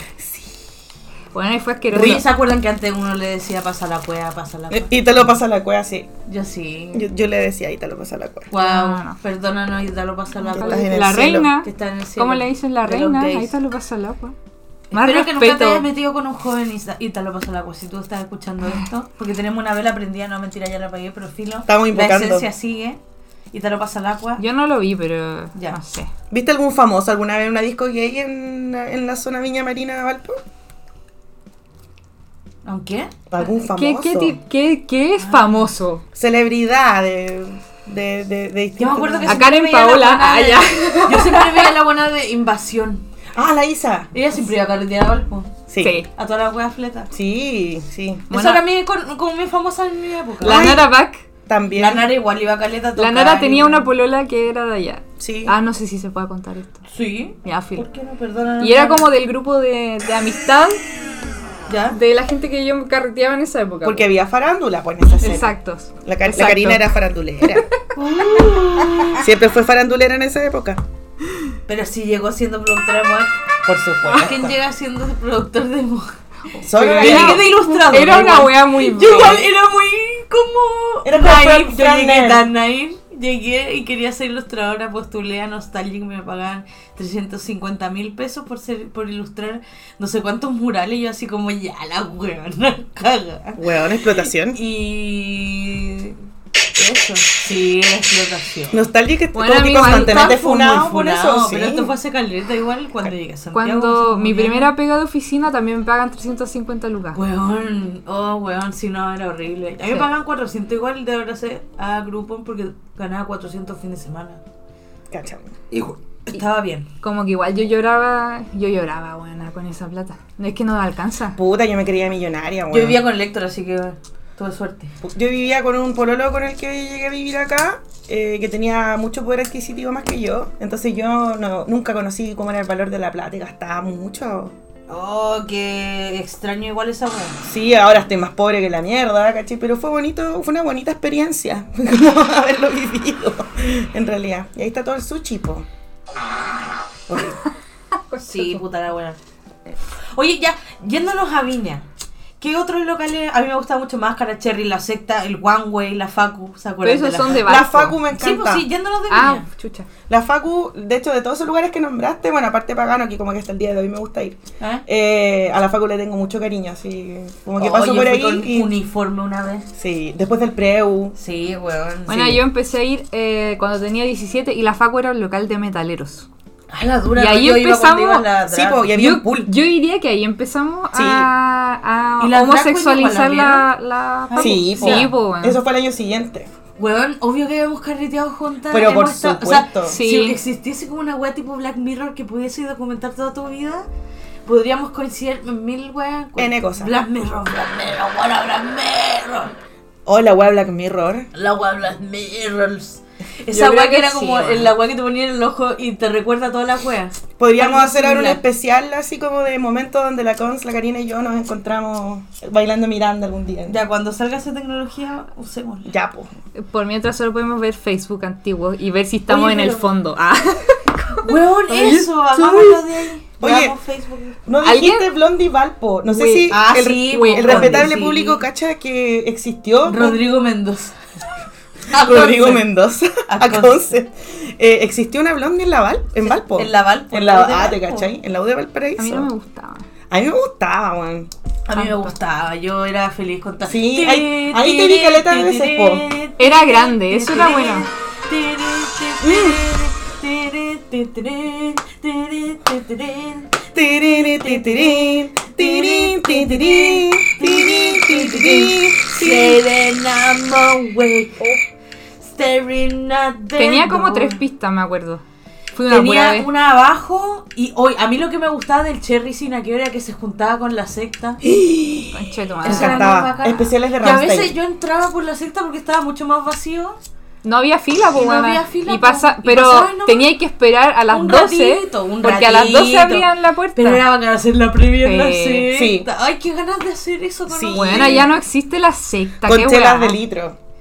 Bueno, y fue asqueroso.
¿Se acuerdan que antes uno le decía pasa la cueva, pasa la
Eh,
cueva?
Y te lo pasa la cueva, sí.
Yo sí.
Yo, yo le decía, y te lo pasa la cueva.
Wow,
No, no.
perdónanos y dalo pasar la
Que
cueva.
estás en el
La
cielo.
reina.
Que está en el cielo.
¿Cómo le dicen la
De los
reina?
gays.
Ahí te lo pasa el agua. Más
Espero que nunca te hayas
respeto.
metido con un joven Isa- y te lo pasó la agua. Si tú estás escuchando
Ah.
esto, porque tenemos una vela prendida, no mentira, ya la apagué, pero filo.
Estamos invocando.
La esencia sigue y te lo pasa el agua.
Yo no lo vi, pero
Ya.
no sé.
¿Viste algún famoso alguna vez en una disco gay en, en la zona Viña Marina de Valpo?
¿Aunque?
¿Algún famoso?
¿Qué, qué, ti- qué- qué
Ah.
es famoso?
Celebridad de, de, de, de
Yo me acuerdo que
A
siempre
Karen
veía la
Paola,
buena de-
ah,
Yo siempre veía la buena de invasión.
Ah, la Isa.
Ella siempre iba a carretear a Valpo.
Sí.
Sí.
Sí,
A todas las weas fletas.
sí.
Bueno.
Eso era mi, con, con mi famosa en mi época.
La
Ay.
Nara Back.
También.
La Nara igual iba a caleta a
La
tocar
Nara
y-
tenía una polola que era de allá.
Sí.
Ah, no sé si se puede contar esto.
Sí.
Ya, filo.
¿Por qué no perdonan?
Y era como del grupo de, de amistad
¿Ya?
de la gente que yo carreteaba en esa época.
Porque había farándula, pues, en esa escena.
Exactos.
La, Car- la
Exacto.
Karina era farandulera. Siempre fue farandulera en esa época.
Pero si llegó siendo productora de moda.
Por supuesto.
¿Quién llega siendo productor de moda?
Solo la
Pero
Tenía
era-
que ser ilustrado.
Era una
igual.
wea muy
Yo igual
bella.
era muy como.
Era como
naif,
Fran-
Yo
Fran
llegué
Nel.
tan naive. Llegué y quería ser ilustradora, postulé a Nostalgic, me pagaban 350 mil pesos por ser, por ilustrar no sé cuántos murales, y yo así como ya la huevona caga.
Weón, explotación.
Y eso, sí, era explotación.
Nostalgia que
Bueno,
como que
amigo,
constantemente
Valpo fue
funado,
Muy
por
funado,
eso. sí.
Pero esto fue hace caleta igual cuando llegué a Santiago.
Cuando
hace
mi
como
primera pega de oficina también me pagan 350 lucas.
Weón, oh weón, si no era horrible. A mí
Sí.
me pagaban 400 igual de agradecer a Groupon porque ganaba 400 fin de semana.
Cacha.
Estaba bien.
Como que igual yo lloraba, yo lloraba, buena, con esa plata. No es que no alcanza.
Puta, yo me creía millonaria, weón.
Yo vivía con Lector, así que bueno, tuve suerte.
Yo vivía con un pololo con el que llegué a vivir acá, eh, que tenía mucho poder adquisitivo más que yo. Entonces yo no, nunca conocí cómo era el valor de la plata y gastaba mucho.
Oh, que extraño igual esa weón.
Sí, ahora estoy más pobre que la mierda, ¿cachai? Pero fue bonito, fue una bonita experiencia. como haberlo vivido, en realidad. Y ahí está todo el sushi, po.
Sí, puta la buena. Eh, Oye, ya, yéndonos a Viña. ¿Qué otros locales? A mí me gusta mucho Máscara, Cherry, La Secta, el One Way, La Facu, ¿se
Pero
acuerdan?
esos
la
son
Facu?
de
La
barco.
Facu me encanta.
Sí, pues sí, yéndonos de
Ah,
Viña.
chucha.
La Facu, de hecho, de todos esos lugares que nombraste, bueno, aparte Pagano, que como que hasta el día de hoy me gusta ir.
¿Eh?
Eh, a la Facu le tengo mucho cariño, así. Como que
Oh,
paso
yo
por
fui
ahí.
con
y-
uniforme una vez.
Sí, después del preu.
Sí, weón.
Bueno,
sí.
yo empecé a ir eh, cuando tenía 17 y la Facu era un local de metaleros.
A la dura,
Y
no,
ahí
yo iba cuando
empezamos-
iba a la
Sí,
drag.
po, y había
Yo,
un pool.
yo diría que ahí empezamos
Sí.
a, a
¿Y las drag queens
homosexualizar
igual
la,
la
la
Ah,
Sí, po.
Sí, po, bueno.
Eso fue el año siguiente.
Weón, obvio que habíamos carreteado juntas.
Pero
hemos
por
estado-
supuesto.
O sea,
Sí.
Si existiese como una wea tipo Black Mirror que pudiese documentar toda tu vida, Podríamos coincidir en mil weas.
N cosas.
Black Mirror, Black Mirror, weón, Black Mirror.
Hola, wea Black Mirror.
La wea Black Mirrors. Esa
creo
wea que
que
era
sí,
como
weón.
la wea que te ponía en el ojo y te recuerda a todas las weas.
Podríamos
Algo
hacer ahora un
similar.
especial así como de momentos donde la Cons, la Karina y yo nos encontramos bailando Miranda algún día.
Ya cuando salga esa tecnología, usémosla.
ya po.
Por mientras solo podemos ver Facebook antiguo y ver si estamos
Oye,
en el
pero-
fondo. Ah.
Weón,
Oye,
eso,
soy-
hagámoslo de ahí.
Oye.
Veamos Facebook.
No
¿Alguien?
dijiste Blondie Valpo. No sé
Wey,
si
ah,
el,
sí,
el
Blondie,
respetable
sí.
público cacha que existió.
Rodrigo Mendoza.
Rodrigo Mendoza.
A
A Conce. Eh, existió una blondie en la Val, en Valpo.
En la Valpo.
En la-
U de
ah, te
Valpo.
cachai. En la U de Valparaíso.
A mí no me gustaba.
gustaba, weón.
A mí me
Ah.
gustaba, yo era feliz con tal.
Sí, ahí- ahí te vi caleta de veces, po.
Era grande, eso era bueno.
Tiririn, titirín, tiririn, titirín, tiririn, titirín, sí.
Serena Monway. Staring at the
Tenía como
door.
tres pistas, me acuerdo. Fui una buena
Tenía
vez.
una abajo y hoy a mí lo que me gustaba del Cherry Sina que era que se juntaba con la secta.
Conchetumare.
Me
Eso era muy
encantaba.
bacán.
Especiales de
Y a veces
Rammstein.
yo entraba por la secta porque estaba mucho más vacío.
No había fila, pues,
Y no
weona.
había fila,
Y pasa,
po. Y
pero
pasabas nomás.
tenía que esperar a las
Un
12.
ratito, un
porque a las 12
ratito.
abrían la puerta.
Pero era bacán hacer la previa en la
Sí.
secta. Ay, qué ganas de hacer eso con
Sí.
un-
Bueno, ya no existe la secta.
Con
qué
chelas
weá.
de litro.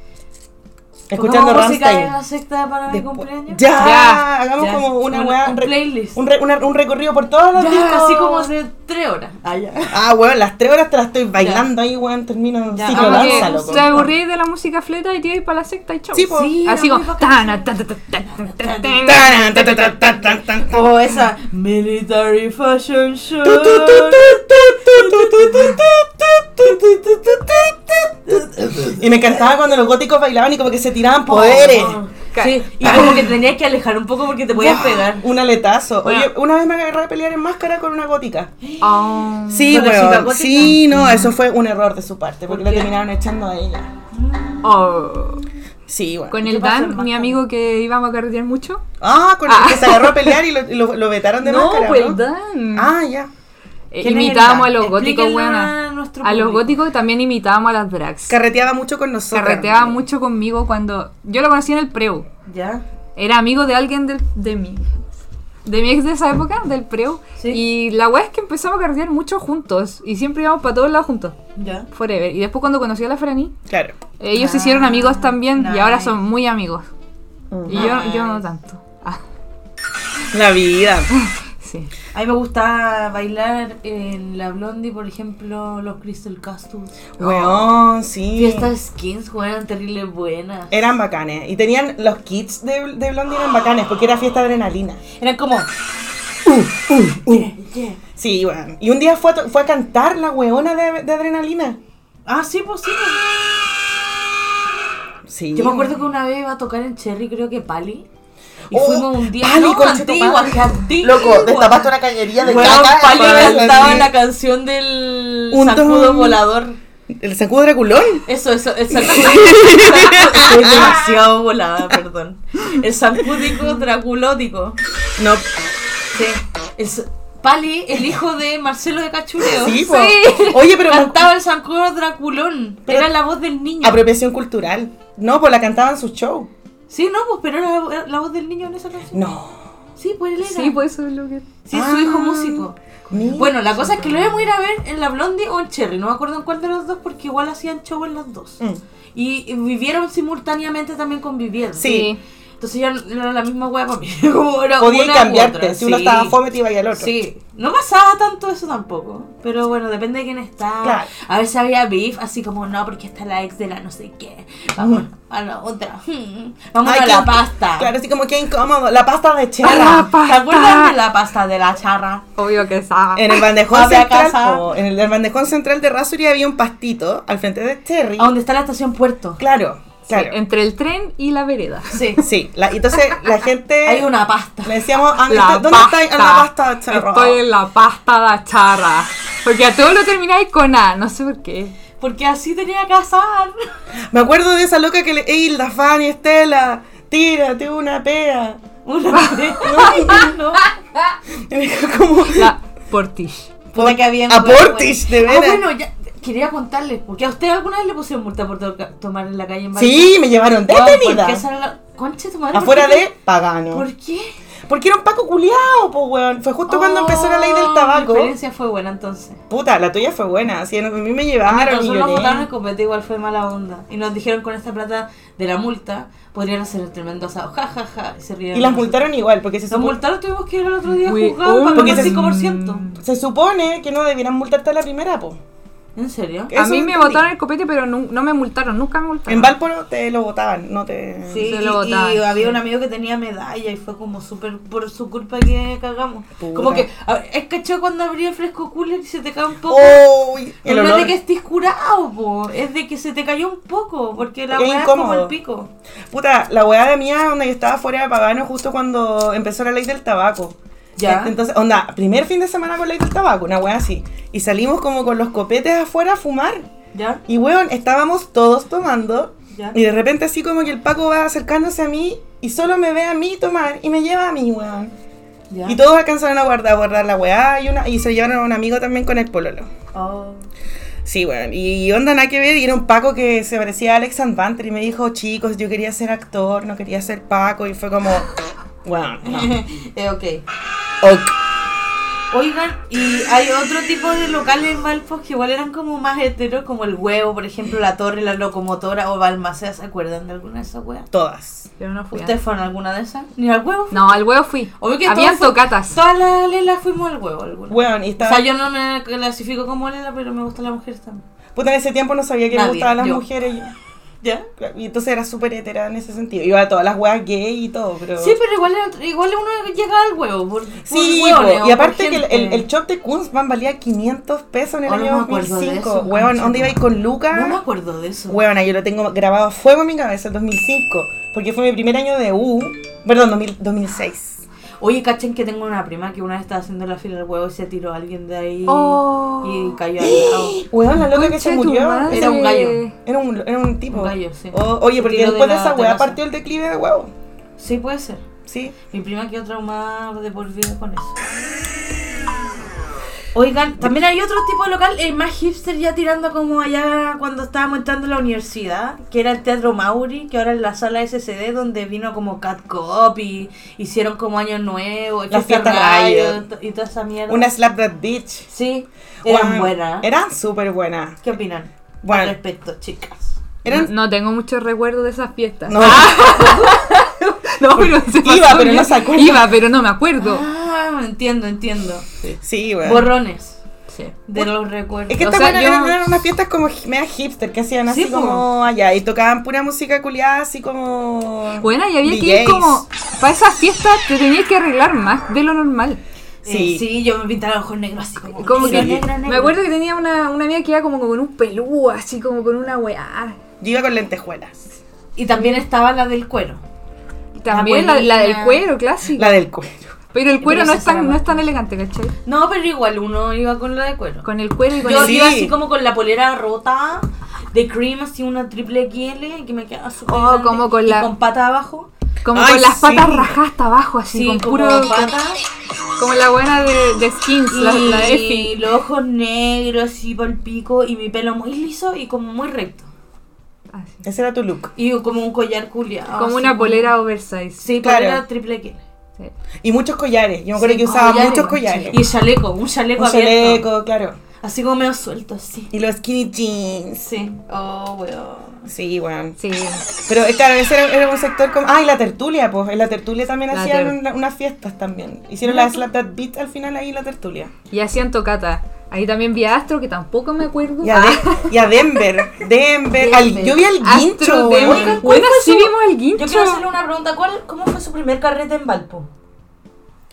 Escuchando
Pongamos música de
Rammstein.
la secta para mi
Después-
cumpleaños?
Ya,
Ya,
hagamos
ya.
como una
Un-
weá.
un
re-
playlist.
Un, re- una- un recorrido por todas las
Ya,
discos.
así como de tres horas.
Ah, ya. Ah, weón, las tres horas te las estoy bailando ahí, weón. Termino
Ya.
Como
ciclo
Pero
que
danza, loco.
te aburrís de la música fleta y te ibas para la secta y chau.
Sí, po.
Sí,
Así
era
como.
muy bacán.
tana, tan, tan, tan, tan, tan, tan.
Taran, ta, ta, ta, ta, ta, ta.
O Oh, esa Military Fashion Show.
Tu, tu, tu, tu, tu, tu, tu, tu, tu, tu, tu, tu, tu, tu. Y me encantaba cuando los góticos bailaban y como que se tiraban poderes.
Sí, y como que tenías que alejar un poco porque te podían pegar.
Un aletazo.
Bueno.
Oye, una vez me agarré a pelear en máscara con una gótica.
Ah.
Sí,
¿Con la chica
weón.
gótica?
Sí, no, eso fue un error de su parte porque
¿Por
la
qué?
terminaron echando a ella.
Oh.
Sí, weón.
Con
¿Qué
el
pasó,
Dan,
hermano?
mi amigo que íbamos a carretear mucho.
Ah, con
Ah.
el que se agarró a pelear y lo, y lo- lo vetaron de
No,
máscara.
pues el
¿no?
Dan.
Ah, ya.
Eh,
¿quién es el
imitábamos a
Dan?
los góticos,
Explíquenle
buena.
a nuestro
A los
público.
góticos también imitábamos a las drags.
Carreteaba mucho con nosotros.
Carreteaba mucho conmigo cuando. Yo lo conocí en el preu.
Ya.
Era amigo de alguien del- de mí. De mi ex de esa época, del preu.
Sí.
Y la weá es que empezamos a carretear mucho juntos. Y siempre íbamos para todos lados juntos.
Ya.
Forever. Y después cuando conocí a la Franny,
Claro.
ellos se
Ah,
hicieron amigos también y ahora
nice. Uh,
son muy amigos. Y yo, yo no tanto. Ah,
La vida.
sí.
A mí me gustaba bailar en la Blondie, por ejemplo, los Crystal Castles.
Weón, sí.
Y estas skins eran terrible buenas.
Eran bacanes. Y tenían los kits de, de Blondie eran bacanes porque era fiesta de adrenalina.
Eran como.
Uh,
Yeah, yeah.
Sí, weón. Y un día fue a, to- fue a cantar la weona de, de adrenalina.
Ah, sí, pues sí. pues.
Sí.
Yo me acuerdo que una vez iba a tocar en Cherry, creo que Pali. Y
Oh,
fuimos un día.
Pali,
no,
conche tu
antigua,
madre.
que antigua.
Loco, destapaste una cañería de
Weón,
caca.
Pali
para bailar
cantaba
así.
la canción del
Un
sacudo
don-
volador.
El sacudo draculón.
Eso, eso, el sacudo. Soy demasiado volada, perdón. El sacúdico draculótico.
No.
Sí. Es Pali, el hijo de Marcelo de Cachureo.
Sí, po.
Sí.
Oye, pero. me-
Oh, Cantaba el Sancor Draculón.
Pero-
era la voz del niño.
Apropiación cultural. No, pues la cantaban en su show.
Sí, no, pues, pero era la, la voz del niño en esa canción.
No.
Sí, pues él era.
Sí, pues eso es lo que.
Sí, es su hijo
Ah.
músico.
Mira.
Bueno, la cosa es que lo íbamos a ir a ver en la Blondie o en Cherry. No me acuerdo en cuál de los dos porque igual hacían show en los dos.
Mm.
Y vivieron simultáneamente, también convivieron.
Sí.
Entonces ya no era la misma hueá para mí. Como era
Podías
una u
cambiarte.
otra.
Si uno
Sí.
estaba fome, te iba a ir al otro.
Sí, no pasaba tanto eso tampoco. Pero bueno, depende de quién está.
Claro.
A veces había beef, así como no, porque está la ex de la no sé qué. Vamos a la otra. Mm. Vamos
Ay,
a la
qué-
pasta.
Claro, así como que incómodo. La pasta de
Charra.
charra.
Ah, pasta.
¿Te acuerdas de la pasta de la charra?
Obvio que estaba.
En el bandejón
Abre a
central,
casa.
po, en el bandejón central de Rasuri había un pastito al frente de Terry.
A donde está la estación Puerto.
Claro, claro.
Entre el tren y la vereda.
Sí.
Sí, la- entonces la gente
Hay una pasta.
le decíamos, "Ah,
La
¿dónde
pasta.
está la pasta de charro?
Estoy en la pasta da charra. Porque a todo lo termináis con A, no sé por qué.
Porque así tenía que casar.
Me acuerdo de esa loca que le, Hilda, Fanny, Estela, tírate una pea.
Una no, no.
Y me dijo como,
La, Portish.
Puta que había en
A
Puebla,
Portis,
güey.
de veras.
Ah, bueno, ya, quería contarles, porque a ustedes alguna vez le pusieron multa por to- tomar en la calle en Valparaíso.
Sí, me llevaron
Weón,
detenida.
¿por qué esa era la- Concha de tu madre, ¿por
Afuera
qué-
de Pagano.
¿Por qué?
Porque era un Paco culiao, pues, weón. Fue justo cuando empezó la ley del tabaco.
La Oh, experiencia fue buena entonces.
Puta, la tuya fue buena. Así, a mí me
Claro,
llevaron y
Nosotros nos botaron el
lloré.
copete, igual fue mala onda. Y nos dijeron con esta plata de la multa podrían hacer el tremendo asado. Ja, ja, ja. Y se rieron.
Y las multaron igual, porque se,
Nos
supo-
multaron, tuvimos que ir al otro día a
We
juzgado
own-
para
Porque
pagar
se-
5%.
se supone que no debieran multarte a la primera, pues.
¿En serio?
A
Eso
mí me
entendí.
botaron el copete, pero nu- no, me multaron, nunca me multaron.
En Valporo te lo botaban, no te...
Sí,
Se lo
y,
botaban,
y había
sí.
un amigo que tenía medalla y fue como súper por su culpa que cagamos.
Puta.
Como que, a ver, es cachado cuando abría el fresco cooler y se te cae un poco.
¡Uy! Oh, el
no es
olor.
de que estés curado, po, es de que se te cayó un poco, porque la
Es
weá es como
incómodo.
el pico.
Puta, la weá de mía, donde yo estaba fuera de Pagano justo cuando empezó la ley del tabaco.
Ya.
Entonces, onda, primer fin de semana con ley del tabaco, una weá así. Y salimos como con los copetes afuera a fumar.
¿Ya?
Y weón, estábamos todos tomando.
¿Ya?
Y de repente así como que el Paco va acercándose a mí y solo me ve a mí tomar y me lleva a mí, weón.
¿Ya?
Y todos alcanzaron a guardar, guardar la weá y, una, y se llevaron a un amigo también con el pololo.
Oh.
Sí, weón. Y onda nada que ver, y era un Paco que se parecía a Alex Advanter y me dijo, chicos, yo quería ser actor, no quería ser Paco, y fue como, weón, no.
Eh, ok.
Ok.
Oigan, y hay otro tipo de locales en Valpos que igual eran como más heteros, como el huevo, por ejemplo, la torre, la locomotora o Balmaceda. ¿Se acuerdan de alguna de esas weas?
Todas.
Pero no fui. a-
¿Ustedes fueron a alguna de esas? ¿Ni al huevo?
No, al huevo fui.
Obvio que
Habían
todos fu-
tocatas.
Todas las lelas fuimos al huevo alguna.
Weón, y
O
estaba...
sea, yo no me clasifico como lela, pero me gustan las mujeres también.
Puta, en ese tiempo no sabía que me
Nadie,
gustaban las
yo.
mujeres. y-
¿Ya?
Y entonces era súper hetera en ese sentido. Iba a todas las weas gay y todo, pero...
Sí, pero igual, era- igual uno llegaba al huevo. Por, por
Sí,
hueones
po,
o
y
por
aparte que el,
gente.
el, el shop de Kunzman valía 500 pesos en el
Oh, no
año
me acuerdo de
2005.
eso,
Weón,
conchita.
¿dónde iba a ir con Lucas?
No me acuerdo de eso.
Huevona, yo lo tengo grabado a fuego en mi cabeza el 2005, porque fue mi primer año de U, perdón, 2000 2006.
Oye, cachen que tengo una prima que una vez estaba haciendo la fila del huevo y se tiró a alguien de ahí
Oh.
y cayó al lado.
Huevón, la loca que
Conche
se
tu
murió
madre.
era un gallo.
era un, era un tipo.
Un gallo, sí.
O- oye,
Se
porque
tiró de
después de,
la
esa hueá
terraza.
partió el declive de huevo.
Sí, puede ser.
Sí.
Mi prima quedó traumada de por vida con eso. Oigan, también hay otro tipo de local, el más hipster ya tirando como allá cuando estábamos entrando a la universidad, que era el Teatro Mauri, que ahora es la sala SCD donde vino como Cat Cop y hicieron como Año Nuevo,
Las
Fiesta
fiestas Riot.
Riot y toda esa mierda.
Una slap that bitch.
Sí, eran
Huevón,
buenas.
Eran súper buenas.
¿Qué opinan?
Bueno.
Al respecto, chicas.
Eran.
No, no tengo muchos recuerdos de esas
mm.
fiestas.
No.
Ah.
No, pero se
Iba,
pasó
pero no
bien.
se acuerda.
Iba, pero no me acuerdo.
Ah, entiendo, entiendo.
Sí, weón.
Borrones
Sí.
de los recuerdos.
Es que
O
estas
sea,
eran,
yo-
eran unas fiestas como mega hipster que hacían así
Sí, po.
como allá y tocaban pura música culiada así como.
Bueno, y había que ir
DJs.
como. Para esas fiestas te tenías que arreglar más de lo normal.
Sí.
Eh,
Sí.
sí, yo me pintaba los ojos negros así como,
Como que.
negro, negro.
Me acuerdo que tenía una, una amiga que iba como con un pelú, así como con una weá.
Yo iba con lentejuelas.
Y también estaba la del cuero.
También la, la del cuero, clásica.
La del cuello.
Pero el cuero
Pero
no
esa
es, tan,
será
no
más
es tan elegante, ¿cachai?
No, pero igual uno iba con la de cuero.
Con el cuero y con
Yo
el.
Sí.
iba así como con la polera rota de cream, así una triple XL que me quedaba súper
Oh,
grande,
como con
y
la-
con pata abajo.
Como
Ay,
con las
sí.
patas rajadas hasta abajo, así,
Sí,
con
como
puro.
pata.
Como la buena de, de Skins, la,
y
la Effie.
los ojos negros así por el pico y mi pelo muy liso y como muy recto.
Así.
Ese era tu look.
Y como un collar culiado.
Como
así
una polera oversize.
Sí,
Claro.
polera triple XL.
Sí.
Y muchos collares. Yo me acuerdo
Sí,
que
con
usaba
collares,
muchos
con
collares.
Y chaleco, un chaleco
Un
abierto.
chaleco, claro.
Así como medio suelto, sí.
Y los skinny jeans.
Sí. Oh, weón.
Sí, weón.
Sí.
Pero eh, claro, ese era, era un sector como. Ah, y la tertulia, pues. En la tertulia también
La
hacían
ter-
una- unas fiestas también. Hicieron la Slap That Beat al final ahí, la tertulia.
Y hacían tocata. Ahí también vi a Astro, que tampoco me acuerdo. Ah.
Y a, De- y a Denver. Denver. al- yo vi al
Astro,
guincho,
Denver.
weón.
¿cuál
Buena,
fue
sí
su-
vimos al
Yo
guincho.
quiero hacerle una pregunta. ¿Cuál, ¿Cómo fue su primer carrete en Valpo?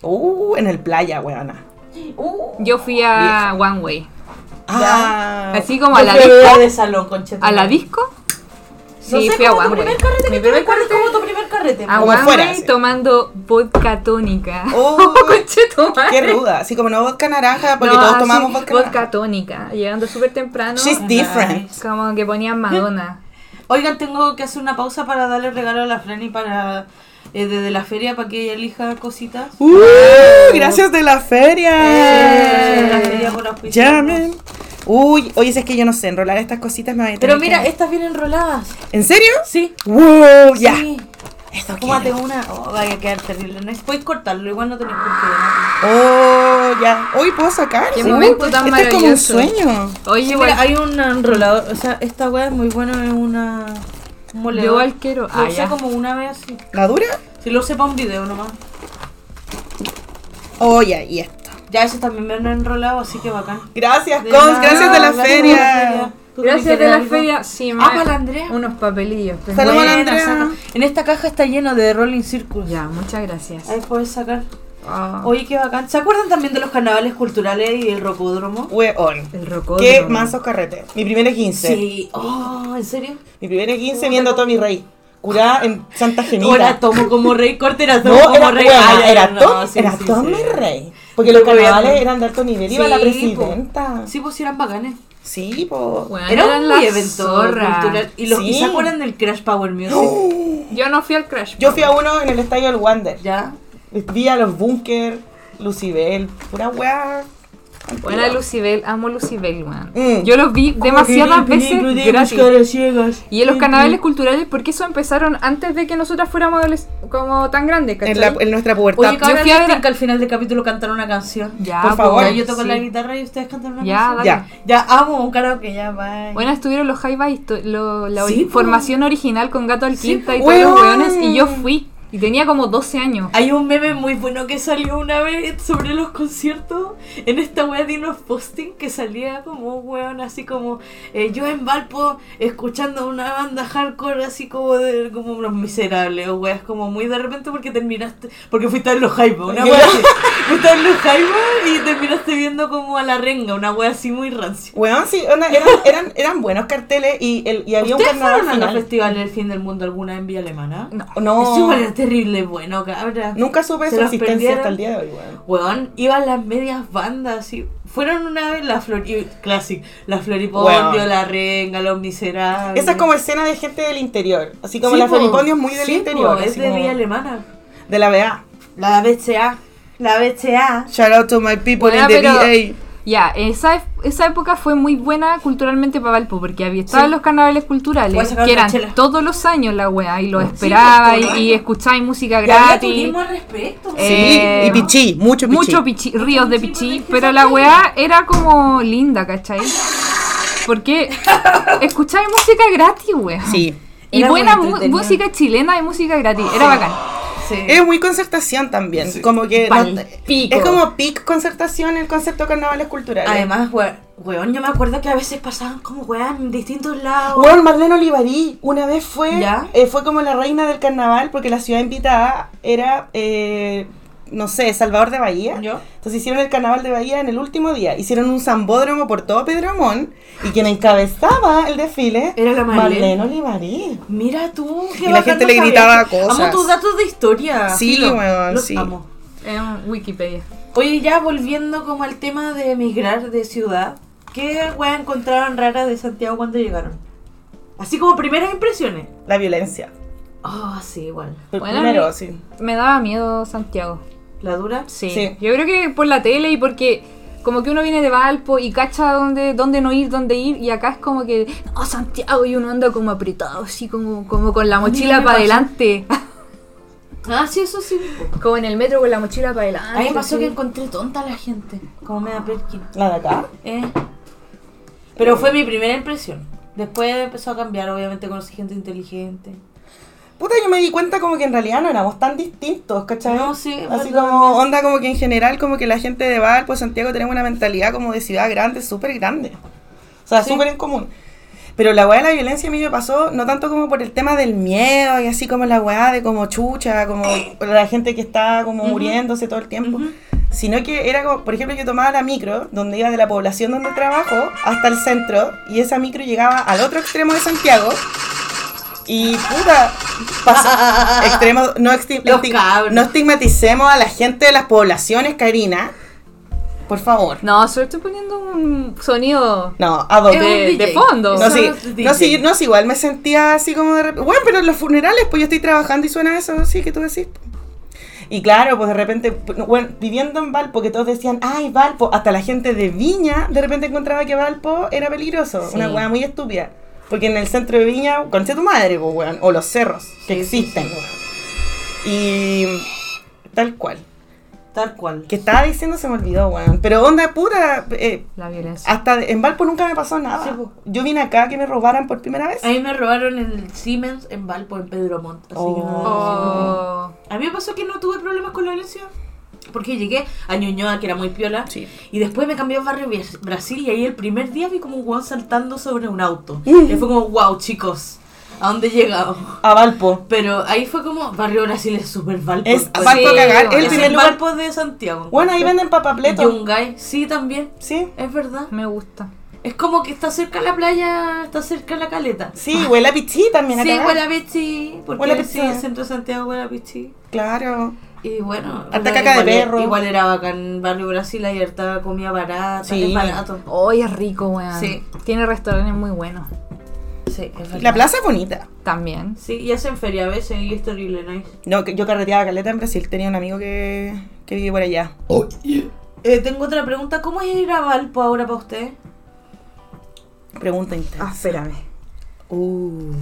Uh, en el playa, weona.
Uh,
Yo fui a One Way.
Ah.
Así como a
yo
la
fui
disco.
bebé de salón, conchetumare.
¿A la disco? Sí,
No sé,
fui a
¿cómo tu
One Way.
primer carrete
Mi
que
primer
tú Ah, recuerdas?
carrete. Ah,
¿Cómo tu primer carrete?
A
Como
One
fuera,
Way
sí.
tomando vodka tónica.
Oh,
Conchetumare.
Qué ruda. Así como no vodka naranja, porque
No,
todos
así,
tomamos vodka, naranja.
tónica. Llegando súper temprano.
She's different.
Como que ponían Madonna.
Pues, Oigan, tengo que hacer una pausa para darle regalo a la Fran y para eh, desde la feria para que ella elija cositas.
¡Uh! ¡Gracias de la
Gracias a la feria
feria!
por auspiciarnos.
¡Llamen! Uy, oye, si es que yo no sé enrolar estas cositas, me voy a tener
Pero
que-
mira, estas vienen enroladas.
¿En serio?
Sí.
¡Wow! ¡Ya!
Sí.
Eso
Tómate
quiero.
una. Oh, vaya a quedar terrible. No podéis cortarlo, igual no tenéis por qué. ¿no?
¡Oh! ¡Ya! ¡Hoy puedo sacar!
Qué momento tan
Este es como un
maravilloso.
sueño.
Oye,
Sí,
igual,
mira, hay un enrolador. O sea, esta weá es muy buena, es una. Un
yo
moledor.
igual quiero.
Lo
Ah,
usé
ya.
como una vez así.
¿La dura?
Si lo usé para un video nomás.
¡Oh, ya! Y esto.
Ya ese también me han enrolado, así que bacán.
Gracias,
De
Cons.
nada,
Gracias de la
gracias
feria.
¿Tú
Gracias
querías
de la
algo?
feria. Sí,
Ah,
ma-
para la Andrea.
Unos papelillos. pues.
Salud. Saludos a la
Buena,
Andrea.
saca. En esta caja está lleno de Rolling Circus.
Ya, muchas gracias.
Ahí puedes sacar.
Ah,
Oye, qué bacán. ¿Se acuerdan también de los carnavales culturales y el rocódromo?
Weón.
el rocódromo.
¡Qué mansos carretes! Mi primera 15.
Oh, ¿en serio?
Mi primera 15 viendo a Tommy Rey. Curada en Santa Gemita.
Ahora tomo como rey, corte era tomo
No,
como
era,
rey.
bueno,
Ah, ya,
era
no,
Tom,
sí,
era
sí,
Tommy
sí.
Rey. Porque los
Yo creo que
carnavales
era-
eran de alto nivel, iba la
Sí,
presidenta.
Sí, pues sí eran bacanes.
Sí, po.
Bueno,
Era
eran
un
las
muy evento
zorras.
cultural. ¿Y, los,
Sí.
¿y se acuerdan del Crash Power Music?
¡Oh! Yo no fui al crash.
¡Oh! Yo fui a uno en el estadio del Wander.
¿Ya?
Vi a los Bunker, Lucibel, pura weá.
Buena Lucibel, amo Lucibel, weón.
Mm.
Yo los vi demasiadas veces gratis.
ciegas.
Y en los carnavales culturales, porque eso empezaron antes de que nosotras fuéramos adoles- como tan grandes, ¿cachai?
En, la- en nuestra pubertad.
Oye, cabrón,
Yo fui a ver-
¿viste que al final del capítulo cantaron una canción.
ya,
por
po,
favor.
Ya, yo toco
sí.
la guitarra y ustedes cantan una
Ya,
canción.
dale.
Ya.
Ya, amo un karaoke, ya, bye.
Bueno, estuvieron los Jaivas, la
Sí,
ori-
po.
formación original con Gato al Quinta y
Weón.
todos los weones, y yo fui. Y tenía como 12 años.
Hay un meme muy bueno que salió una vez sobre los conciertos. En esta wea de unos posting que salía como un weón así como eh, yo en Valpo escuchando una banda hardcore así como de como unos miserables o weas como muy de repente porque terminaste porque fuiste a los hype, una wea así. fuiste a los hype y terminaste viendo como a la renga, una wea así muy rancia.
Weón, sí, onda, eran, eran, eran buenos carteles y, el, y había un
¿Ustedes
carnaval
fueron a los
final.
festivales del fin del mundo alguna en Vía Alemana?
No.
No,
Eso igual era terrible, bueno, cabra.
nunca supe
Se
su
los
existencia
perdieron.
hasta el día de hoy, weón.
Weón, iban las medias bandas y fueron una vez la Flor Classic, la Floripondio,
Weón.
la Renga, los miserables.
Esa es como escena de gente del interior. Así como
Sí,
la
po.
Floripondio es muy del
Sí, po,
interior.
es
así
de
como
Villa Alemana.
de la BA.
La BCA. La BCA.
Shout out to my people
Weá,
in the
pero-
VA.
Ya, esa, ef- esa época fue muy buena culturalmente para Valpo, porque había estaban
Sí.
los carnavales
Voy a
culturales,
sacar una
que eran
chela.
todos los años la weá, y lo
Sí,
esperaba,
pues,
y-
todo el
y,
año.
escucháis música
Y había
gratis.
turismo al respecto.
Eh,
Sí, y
no.
pichí, mucho pichí.
Mucho pichi, ríos de
pichí,
pichí,
porque es
pero
que
la
son
weá era como linda, ¿cachai? Porque escucháis música gratis, weá.
Sí.
Y
Era
buena
muy
mu-
entretenido.
música chilena y música gratis, era bacán.
Sí.
Es muy concertación también. Como que.
Eh. Pal pico.
Es como pic concertación el concepto de carnavales culturales.
Además, we- weón, yo me acuerdo que a veces pasaban como weón en distintos lados.
Weón, Marlene Olivarí una vez fue
¿Ya?
eh, fue como la reina del carnaval porque la ciudad invitada era, eh, no sé, Salvador de Bahía.
¿Yo?
Entonces hicieron el carnaval de Bahía en el último día. Hicieron un zambódromo por todo Pedramón y quien encabezaba el desfile
Era la Marlene.
Olivarí.
Mira tú, qué
Y la
bacán,
gente
no
le
sabía.
gritaba
Amo
cosas.
tus datos de historia.
Sí,
filo.
weón,
Los
sí.
amo.
En Wikipedia.
Oye, ya volviendo como al tema de emigrar de ciudad, ¿qué weá encontraron rara de Santiago cuando llegaron? Así como primeras impresiones.
La violencia.
Ah, sí, igual.
El
Bueno,
primero,
mi-
sí.
Me daba miedo Santiago.
¿La dura?
Sí.
Sí.
Yo creo que por la tele y porque como que uno viene de Valpo y cacha dónde, dónde no ir, dónde ir, y acá es como que, no, Santiago, y uno anda como apretado, así como, como con la
mí
mochila
me
para
pasó.
adelante.
Ah, sí, eso sí.
como en el metro con la mochila
A
para adelante.
mí me pasó
así.
que encontré tonta a la gente, como me da Perkin.
La de acá.
Eh. Pero fue mi primera impresión. Después empezó a cambiar, obviamente conocí gente inteligente.
Puta, yo me di cuenta como que en realidad no éramos tan distintos, ¿cachai?
No, sí, es
Así
verdad.
como, onda como que en general, como que la gente de Valpo, Santiago, tenemos una mentalidad como de ciudad grande, súper grande. O sea,
Sí.
súper en común. Pero la weá de la violencia a mí me pasó, no tanto como por el tema del miedo y así como la weá de como chucha, como la gente que está como muriéndose todo el tiempo, sino que era como, por ejemplo, yo tomaba la micro, donde iba de la población donde trabajo hasta el centro, y esa micro llegaba al otro extremo de Santiago, y puta, pasa- extremo, no, exti-
Los
exti-
cabros.
no estigmaticemos a la gente de las poblaciones, Karina. Por favor.
No, solo estoy poniendo un sonido
No, a
de,
Es un
Eh, de
DJ.
fondo.
No,
Son
sí,
los
no, sí,
DJ.
no, sí, igual me sentía así como de repente. Bueno, pero en los funerales, pues yo estoy trabajando y suena eso, sí, que tú decís. Y claro, pues de repente, p- bueno, viviendo en Valpo, que todos decían, ay, Valpo, hasta la gente de Viña de repente encontraba que Valpo era peligroso,
Sí.
una weá muy estúpida. Porque en el centro de Viña, conche tu madre, pues, weón, o los cerros que
Sí, sí,
existen,
sí.
weón. Y tal cual.
Tal cual.
Que estaba diciendo se me olvidó, weón. Pero onda pura, eh,
La violencia.
hasta de- en Valpo nunca me pasó nada.
Sí, po.
Yo vine acá que me robaran por primera vez.
A mí me robaron en el Siemens en Valpo, en Pedro Montt. Así que no-
Oh.
A mí me pasó que no tuve problemas con la violencia. Porque llegué a Ñuñoa, que era muy piola.
Sí.
Y después me cambié a Barrio Bia- Brasil. Y ahí el primer día vi como un guau saltando sobre un auto.
Mm.
Y fue como, wow, chicos, ¿a dónde he llegado?
A Valpo.
Pero ahí fue como, Barrio Brasil es súper Valpo.
Es
pues.
Valpo
Sí,
cagar.
bueno.
El
Es
primer
el
lugar.
Valpo de Santiago.
Bueno, ahí venden papapletos.
Yungay, sí, también.
Sí.
Es
Mm.
verdad.
Me gusta.
Es como que está cerca la playa, está cerca la caleta.
Sí, huele a pichí también eh. a
Sí,
cagar.
huele a pichi. Porque
Huele a
sí,
pichi.
el centro de Santiago huele a pichi.
Claro.
Y bueno,
Hasta
igual-
caca de
igual- e-
perro.
Igual era bacán Barrio Brasil, ahí harta comida barata,
Sí.
es barato.
Hoy es rico, weón.
Sí.
Tiene restaurantes muy buenos
Sí, es verdad.
La plaza es bonita.
también.
Sí, y hacen feria a veces y es terrible, nice.
No, que yo carreteaba caleta en Brasil. Tenía un amigo que, que vive por allá.
Eh, tengo otra pregunta, ¿cómo es ir a Valpo ahora para usted?
Pregunta
Ah,
interna.
espérame. Ah.
Uh.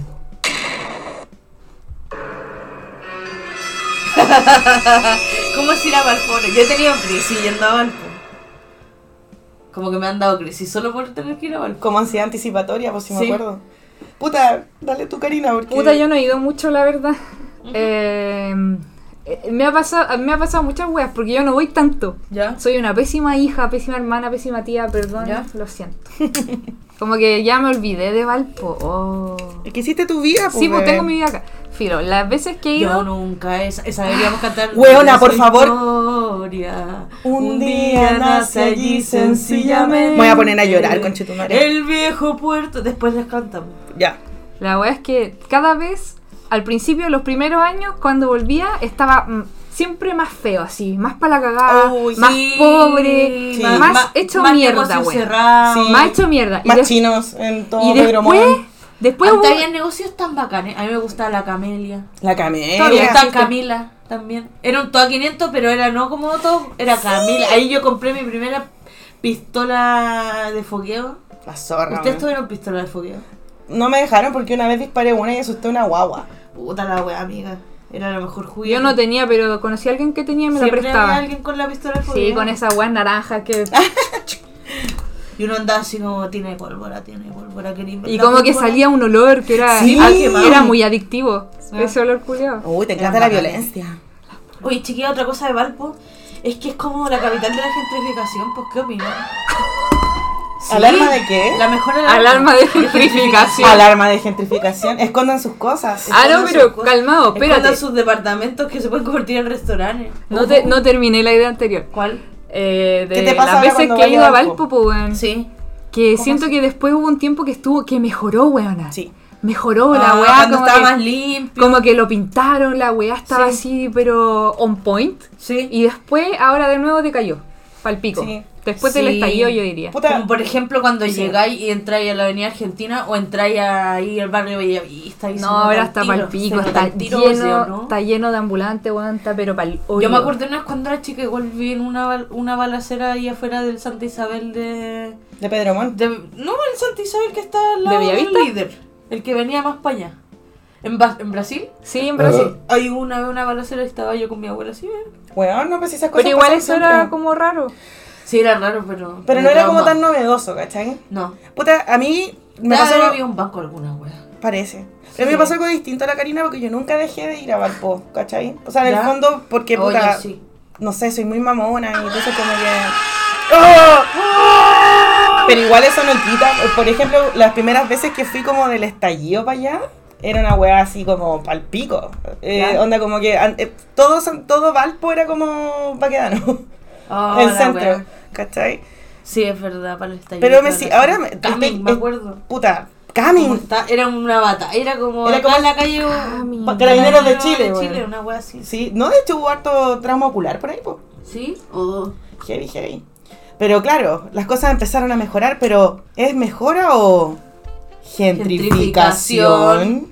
¿Cómo es ir a Valpo? ahora? Yo he tenido crisis yendo a Valpo. Como que me han dado crisis solo por tener que ir a Valpo.
Como ansiedad anticipatoria, pues si me
Sí.
acuerdo. Puta, dale tú, Karina, porque...
Puta, yo no he ido mucho, la verdad. Eh, eh, me, ha pasado, me ha pasado muchas weas porque yo no voy tanto.
¿Ya?
Soy una pésima hija, pésima hermana, pésima tía, perdón,
¿Ya?
lo siento. Como que ya me olvidé de Valpo. Oh.
Es que hiciste tu vida, pues,
Sí, pues
weón.
tengo mi vida acá. Filo, las veces que he
Yo Ah,
ido.
nunca, esa, esa deberíamos cantar.
Hueona, por
Soy
favor.
Gloria.
Un día nace allí sencillamente. Me voy a poner a llorar, conchetumare.
El viejo puerto. Después les cantamos.
Ya.
La wea es que cada vez, al principio, los primeros años, cuando volvía, estaba mm, siempre más feo, así, más para la cagada,
Uy,
más
Sí,
pobre,
sí.
más,
ma-
hecho
más
mierda,
negocio
wea.
cerrado.
Sí.
Más hecho mierda. Y
Más
des-
chinos en todo
Y
Pedro
después,
Montt.
después
Antes
hubo-
había negocios tan bacanes. A mí me gustaba la Camelia.
La
Me
Todavía
camelia.
gustaba
existe.
Camila también. Era un Toa 500, pero era no como todo. Era Camila. Ahí yo compré mi primera pistola de fogueo.
La zorra,
¿Ustedes
weón.
tuvieron pistola de fogueo?
No me dejaron porque una vez disparé una y asusté una guagua.
Puta la wea, amiga. Era la mejor juguete.
yo no tenía, pero conocí a alguien que tenía y me la
Siempre había
prestaba.
alguien con la pistola de fogueo.
Sí, con esas weas naranjas que.
Y uno andaba así como, tiene pólvora, tiene pólvora, querida.
Y como que salía un olor que era,
Sí.
ah, que era muy adictivo.
Ah.
Ese olor culiado.
Uy, te encanta la
Eran bacanes.
violencia.
Oye, chiquilla, otra cosa de Valpo es que es como la capital de la gentrificación, pues ¿qué opinas?
¿Alarma de qué?
La mejor alarma.
Alarma de gentrificación.
Alarma de gentrificación. Escondan sus cosas.
Ah, no,
Escondan
pero
sus cosas.
calmado,
Escondan
espérate.
sus departamentos que se pueden convertir en restaurantes.
No, te- no terminé la idea anterior.
¿Cuál?
Eh, de
¿Qué te pasa
las
ahora
veces
cuando
que he
vaya
ido a
a Valpo?
Valpo, pues, weón.
Sí.
Que siento que después hubo un tiempo que estuvo, que mejoró, weona.
Sí.
Mejoró
Ah,
la weá.
cuando
como
estaba
que-
más limpio.
Como que lo pintaron, la weá estaba
Sí.
así, pero on point.
Sí.
Y después, ahora de nuevo decayó. Palpico.
Sí.
Después del
Sí.
estallido, yo diría.
Puta,
Como por ejemplo cuando
Sí.
llegáis y entráis a la Avenida Argentina o entráis ahí al barrio Bellavista y se
No,
nota
ahora
el
está
tiro,
palpico,
se nota
está
el tiro,
lleno,
¿no?
está lleno de ambulantes, weón, está pero pal
Yo
hoyo.
me acuerdo una vez cuando era chica igual vi en una, bal- una balacera ahí afuera del Santa Isabel de,
de Pedro Montt.
de- No, el Santa Isabel que está al
¿De
lado del
Bellavista?
líder. El que venía más para allá. En, Ba- en Brasil Ah.
Sí, en Brasil.
hay una vez una balacera y estaba yo con mi abuela así. ¿eh?
Weón, no, pues esas cosas.
Pero igual
pasan
eso era
siempre.
como raro.
Sí, era raro, pero...
Pero
me
no era como tan
trauma.
novedoso, ¿cachai?
No.
Puta, a mí
Debe
me
haber
pasó.
habido un banco alguna, wea.
Parece. Pero a
Sí.
mí me pasó algo distinto a la Karina porque yo nunca dejé de ir a Valpo, ¿cachai? O sea, en el
¿Ya?
fondo, porque
Oye,
puta.
sí.
No sé, soy muy mamona y entonces como que.
¡Ah!
¡Oh! Pero igual eso no quita. Por ejemplo, las primeras veces que fui como del estallido para allá, era una weá así como palpico. Eh,
Ya.
onda como que an- eh, todo, San- todo Valpo era como vaquedano.
Ah,
el
la
centro.
wea.
¿Cachai?
Sí, es verdad, para el estallido.
Pero me
toda
sí-
la
ahora
gente.
me-
Camin,
es-
me
es-
acuerdo.
Puta,
Como
Camin.
está- era una bata, era como
Era
acá
como-
en la calle
Camin.
Pa- Carabineros de
Carabineros
Chile, weón.
una wea así.
Sí, no, de hecho hubo harto trauma ocular por ahí, po.
¿Sí? Oh.
Heavy, heavy. Pero claro, las cosas empezaron a mejorar, pero ¿es mejora o gentrificación?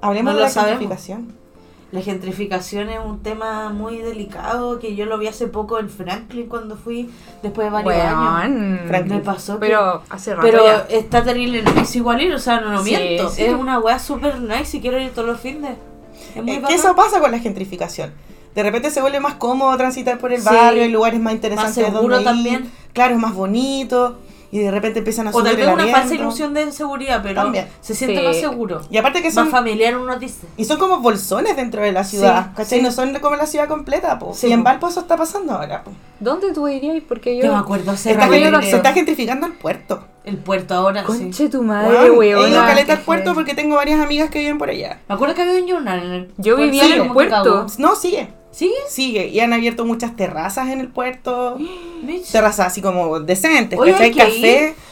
Hablemos
No
de
lo
la
sabemos.
gentrificación.
La gentrificación es un tema muy delicado que yo lo vi hace poco en Franklin cuando fui, después de varios años.
Weón.
Frank-
Me pasó que-
Pero hace rato
Pero
ya.
está terrible nice igual ir, o sea, no lo
Sí,
miento.
sí.
Es una weá super nice y quiero ir todos los fines. Es muy
Eh,
bacán.
¿Qué eso pasa con la gentrificación? De repente se vuelve más cómodo transitar por el
Sí.
barrio, hay lugares más interesantes
seguro
donde ir.
también.
Claro, es más bonito y de repente empiezan a
O
subir
tal vez
el
una falsa
arriendo.
ilusión de seguridad, pero
También.
se siente
Sí.
más seguro.
Y aparte que
Más
son
familiar uno dice.
y son como bolsones dentro de la ciudad, ¿cachai?
sí.
No son como la ciudad completa, po.
Sí,
y en
po.
Valpo eso está pasando ahora, po.
¿Dónde tú irías? Porque
Yo me
yo.
acuerdo
Se
hace
está,
rato
rayo
gen-
grande.
se está gentrificando el puerto.
el puerto ahora, sí.
Conche tu madre,
Weón,
weón.
He ido caleta al puerto porque tengo varias amigas que viven por allá.
Me acuerdo que había un journal en el
Yo vivía
puerto,
en el
como que
puerto.
cagó.
No, sigue,
¿Sigue?
sigue. Y han abierto muchas terrazas en el puerto.
Mitch.
Terrazas así como decentes,
Oye,
¿cachai?
hay que
Café.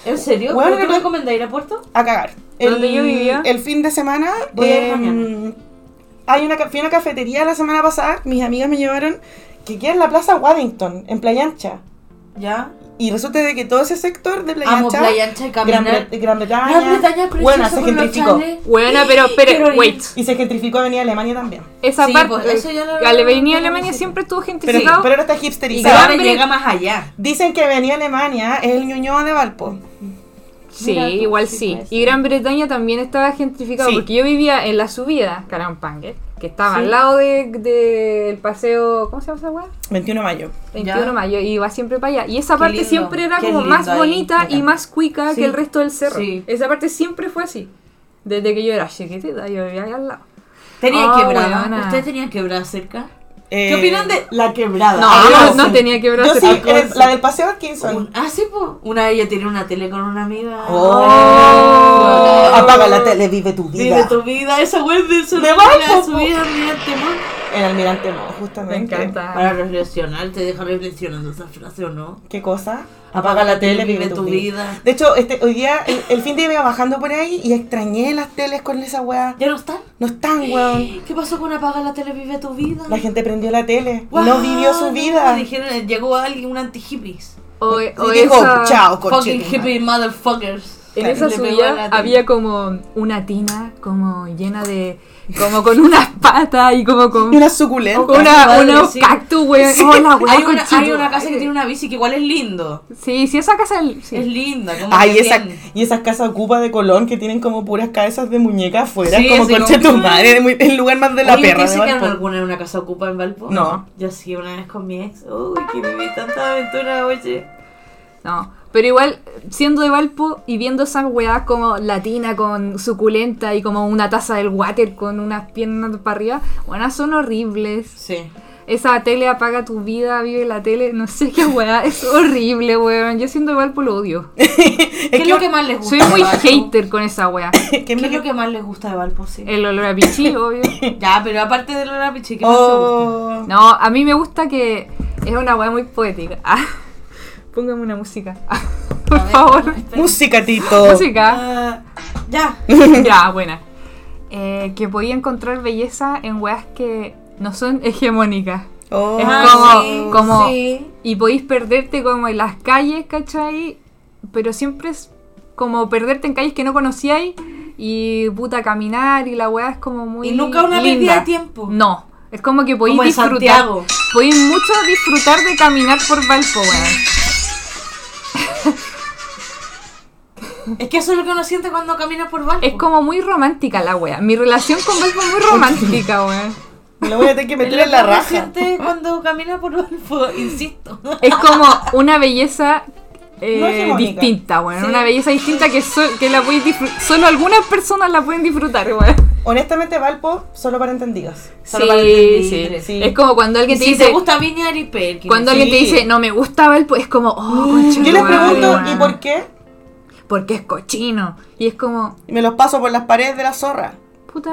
ir. ¿En serio?
Bueno,
¿Pero ¿Tú
no-
recomendáis ir a puerto?
a cagar.
¿Dónde yo vivía?
El fin de semana.
Voy a ir
em,
mañana.
hay una, ca- fui a una cafetería la semana pasada. Mis amigas me llevaron que queda en la plaza Waddington, en Playa Ancha.
Ya.
Y resulta de que todo ese sector de Playa
Amo
Ancha.
Playa Ancha y
Gran,
caminar.
Bre- Gran Bretaña.
Gran Bretaña es precioso
bueno, se
con los
gentrificó.
chalets.
Weona, pero,
Quiero
pero,
ir.
wait.
Y se gentrificó Avenida Alemania también.
Esa
Sí,
parte.
pues, eso ya lo-
Alemania,
lo-
Alemania
sí.
siempre estuvo
Pero,
gentrificado.
pero ahora está
Y
Gran
hipsterizada.
ahora
Bre-
llega más allá.
Dicen que Avenida Alemania es el Ñuñoa de Valpo.
Sí,
Mira tú,
igual
sí
sí.
puede ser.
Y Gran Bretaña también estaba gentrificado
Sí.
porque yo vivía en la subida, Carampangue, que estaba
Sí.
al lado de- del paseo, ¿cómo se llama esa weá?
21 de mayo.
21 de mayo, y iba siempre para allá. Y esa
Qué
parte
lindo,
siempre era
qué
como
lindo
más
ahí,
bonita
me
y más cuica
Sí.
que el resto del cerro.
Sí.
Esa parte siempre fue así. Desde que yo era chiquitita, yo vivía ahí al lado.
Tenía
Oh,
quebrada.
weona.
¿Ustedes tenían quebrada cerca? ¿Qué
Eh,
opinan de la quebrada?
No,
Ah,
yo
yo
no
sí.
tenía que ver
Yo sí,
hacer-
eh, la del Paseo Atkinson.
Un- ah, sí, po. Una vez yo tenía una tele con una amiga.
Oh.
Oh.
Apaga la tele, vive tu vida.
Vive tu vida, esa web del sur.
Me bajo,
la
po.
subida, mira, te mo-
El almirante Mo,
Me
justamente.
encanta.
Para reflexionar, te deja reflexionando esa frase o no.
¿Qué cosa?
Apaga la tele, vive tu vida.
De hecho, este, hoy día, el, el fin de día iba bajando por ahí y extrañé las teles con esa weá.
¿Ya no están?
No están, weón.
¿Qué pasó con apaga la tele, vive tu vida?
La gente prendió la tele.
Guau,
No vivió su
no,
vida.
dijeron, eh, llegó alguien, un anti-hippies.
O, e-,
Y
o
dijo,
esa-
chao, coche.
Fucking hippie motherfuckers.
En
Claro.
esa
Le pegó a la
subida
tele.
había como una tina como llena de. como con unas patas y como con.
Y una suculenta.
Oh,
con una,
Madre,
unos
sí.
cactus, güey. Hola, güey,
hay, una,
conchito.
hay una casa que tiene una bici que igual es lindo.
Sí, sí, esa casa. el- sí.
Es linda. Como
Ay,
que
esa,
bien.
y esas casas ocupa de Colón que tienen como puras cabezas de muñeca afuera.
Sí,
como
así
conche
como-
tu madre. muy- El lugar más de la
Oye,
perra.
¿ustedes
de
se quedaron
Valpo.
alguna en una casa ocupa en Valpo?
No.
Yo sí, una vez con mi ex. Uy, que viví tanta aventura, oye.
No. Pero igual, siendo de Valpo y viendo esa weá como latina, con suculenta y como una taza del water con unas piernas para arriba, bueno, son horribles.
Sí.
Esa tele apaga tu vida, vive la tele, no sé qué weá, es horrible, weón. Yo siendo de Valpo lo odio.
¿Qué es lo que más les gusta?
Soy
de
muy
Valpo?
hater Eh, con esa wea.
¿Qué
¿Qué
me-
es lo que más les gusta de Valpo? Sí.
El olor a pichí, obvio.
Ya, pero aparte del olor a pichi, ¿qué más te gusta?
Oh.
No, a mí me gusta que es una wea muy poética. Ah, póngame una música. Ah, por
A ver,
favor.
espera.
Música, Tito.
Música.
Ah, ya.
ya, buena. Eh, que podía encontrar belleza en weas que no son hegemónicas.
Oh.
Es
Ah,
como,
sí,
como
sí.
y podéis perderte como en las calles, ¿cachai? Pero siempre es como perderte en calles que no conocíais y puta caminar y la weá es como muy
Y nunca una
linda.
pérdida de tiempo.
No, es como que podéis
Como en
disfrutar.
Santiago.
Podéis mucho disfrutar de caminar por Valpo, weón.
Es que eso es lo que uno siente cuando camina por Valpo.
Es como muy romántica la weá. Mi relación con Valpo es muy romántica, weón.
Me lo voy a tener que
Es
meter
lo
en la
que uno
raja.
siente cuando camina por Valpo, insisto.
Es como una belleza eh,
No hegemónica.
distinta, weón.
Sí.
Una belleza distinta que, so- que la podéis disfrutar. Solo algunas personas la pueden disfrutar, weón.
Honestamente, Valpo, solo para entendidas.
Solo para el
sí,
libre.
sí. Es como cuando
Y
alguien te
si
dice.
te gusta Viña y Perkins.
cuando
sí.
alguien te dice no me gusta Valpo, es como, oh, concha
Yo les
tu
pregunto,
madre,
¿y
weón.
por qué?
Porque es cochino. Y es como,
Y Me los paso por las paredes de la zorra.
puta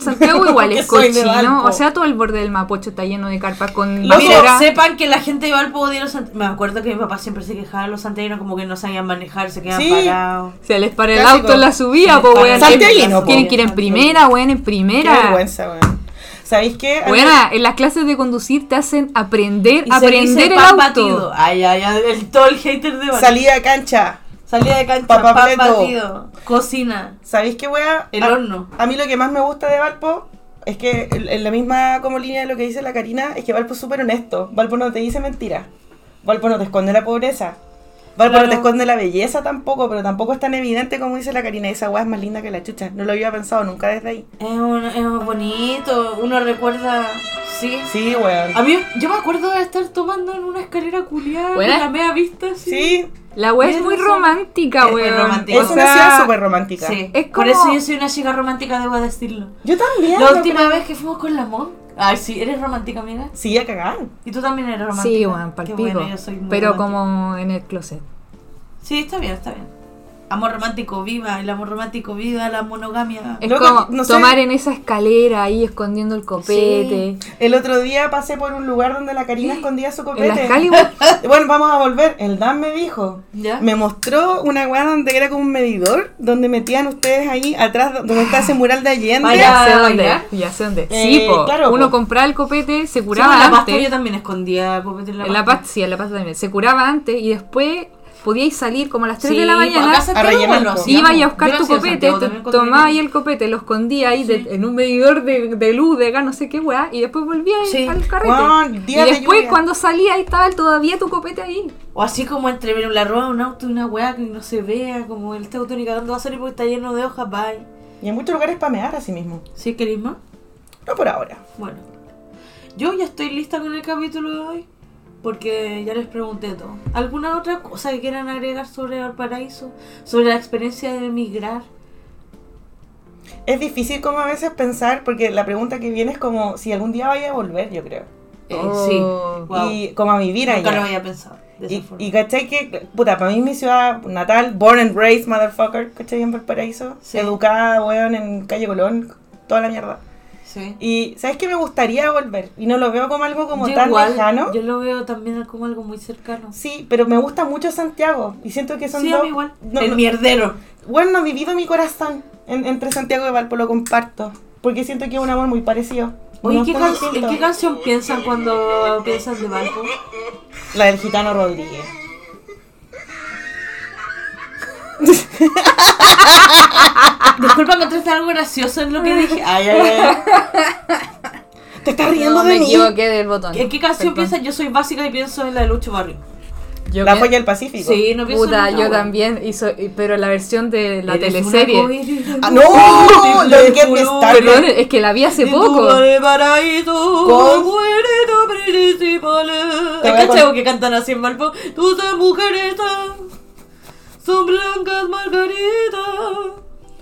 Santiago igual es
Porque soy de
cochino.
Valpo.
O sea, todo el borde del Mapocho está lleno de carpas con
Loco,
Amigos,
basura.
sepan que la gente de Valpo odia los santiaguinos. Me acuerdo que mi papá siempre se quejaba de los santiaguinos como que no sabían manejar, se quedaban
Sí.
parados.
Se les para el
Clásico.
auto en la
Se
subida,
les
po
para-
weón.
Santiaguino,
Tienen
po.
que ir en primera, weón, en
Qué
primera.
vergüenza, weón. ¿Sabéis qué? A mí-
Bueno, en las clases de conducir te hacen aprender,
Y se dice
aprender el
pan
auto.
batido. Ay, ay, ay, el, todo el hater de Val.
Salida a cancha.
Salida de cancha,
Papá
pan
Preto.
batido, cocina,
¿Sabéis qué, wea?
el
A-
horno.
A mí lo que más me gusta de Valpo es que en en la misma como línea de lo que dice la Karina, es que Valpo es súper honesto. Valpo no te dice mentiras. Valpo no te esconde la pobreza. Valpo
Claro.
no te esconde la belleza tampoco, pero tampoco es tan evidente como dice la Karina. Esa weá es más linda que la chucha. No lo había pensado nunca desde ahí.
Es, un- es un bonito, uno recuerda. Sí.
Sí, weón.
A mí, yo me acuerdo de estar tomando en una escalera culiada, con
Buena.
la media vista, así.
Sí,
La wea es
Tienes
muy
razón.
romántica,
Es muy
weón.
romántica.
O
es una
sea,
ciudad súper romántica.
Sí.
Es
Por
como-
eso yo soy una chica romántica, debo decirlo.
Yo también.
La
no
última
creo-
vez que fuimos con la Mon. Ay, sí, eres romántica, amiga.
Sí, a cagar.
Y tú también eres romántica.
Sí, weón,
Qué
palpico.
bueno, yo soy muy
Pero
romántica.
como en el closet.
Sí, está bien, está bien. Amor romántico, viva. El amor romántico, viva. La monogamia.
Es
Loco,
como
no sé.
tomar en esa escalera ahí escondiendo el copete.
El otro día pasé por un lugar donde la Karina escondía su
En las
copete.
Hollywood.
Bueno, vamos a volver. El Dan me dijo.
¿Ya?
Me mostró una weá donde era como un medidor, donde metían ustedes ahí atrás, do- donde está ese mural de Allende.
Vaya.
Ya sé
a
dónde.
bailar?
Ya sé dónde.
Eh,
sí, po.
claro,
Uno
po.
compraba el copete, se
Sí,
curaba
en la pasta yo
antes.
también escondía copete en la
En la
pasta.
pasta, sí, en la pasta también. Se curaba antes y después podíais salir como a las 3
Sí,
de la
pues,
mañana.
acá Santiago
rellenar
igual lo
cosas.
hacíamos.
Iba a buscar
Yo lo
tu
hacía en
copete,
Santiago
te-
también cuando
tomaba ahí
vivía.
el copete, lo escondía ahí de-
Sí.
en un medidor de, de luz, de gas, no sé qué weá, y después volvía ahí
Sí.
al carrete.
Weón,
y
días de
después
lluvia.
cuando salía ahí estaba todavía tu copete ahí.
O así como entre la rueda de un auto y una weá que no se vea, como el auto ni cagando va a salir porque está lleno de hojas, bye.
Y en muchos lugares pamear así mismo.
¿Sí queréis más?
No por ahora.
Bueno. Yo ya estoy lista con el capítulo de hoy. Porque ya les pregunté todo. ¿Alguna otra cosa que quieran agregar sobre Valparaíso? Sobre la experiencia de emigrar.
Es difícil como a veces pensar, porque la pregunta que viene es como si algún día vaya a volver, yo creo.
Eh,
Oh.
Sí. Wow.
Y como a vivir
Nunca lo
allá.
había pensado. De esa
Y,
forma.
y cachai que, puta, para mí mi ciudad natal, born and raised, motherfucker, cachai en Valparaíso,
Sí.
educada, weón, en Calle Colón, toda la mierda.
sí.
Y sabes que me gustaría volver, y no lo veo como algo como
Yo
tan
igual,
lejano.
Yo lo veo también como algo muy cercano.
Sí, pero me gusta mucho Santiago, y siento que son
Sí, a
dos...
mí igual.
no-
el
no-
mierdero.
Bueno, no divido mi corazón en- entre Santiago y Valpo, lo comparto. Porque siento que es un amor muy parecido.
Oye,
Uno
¿qué
es
can-
muy distinto.
¿en qué canción piensan cuando piensan de Valpo?
La del gitano Rodríguez.
Disculpa, encontraste algo gracioso en lo que dije.
Ay, ay, ay. ¿Te estás riendo
No,
de
me
mí?
equivoqué del botón.
¿En qué canción
Perdón.
piensan? Yo soy básica y pienso en la de Lucho Barrio.
Yo
La
que-
joya del Pacífico.
Sí, no pienso
Puta,
en
yo también, hizo, y- pero la versión de la teleserie.
Ah, no, Don't Get Me Started.
Perdón, es que la vi hace poco.
Con- Te
¿Te
voy a
cachai
con-
que cantan así en Valpo? Tus mujeres son blancas margaritas.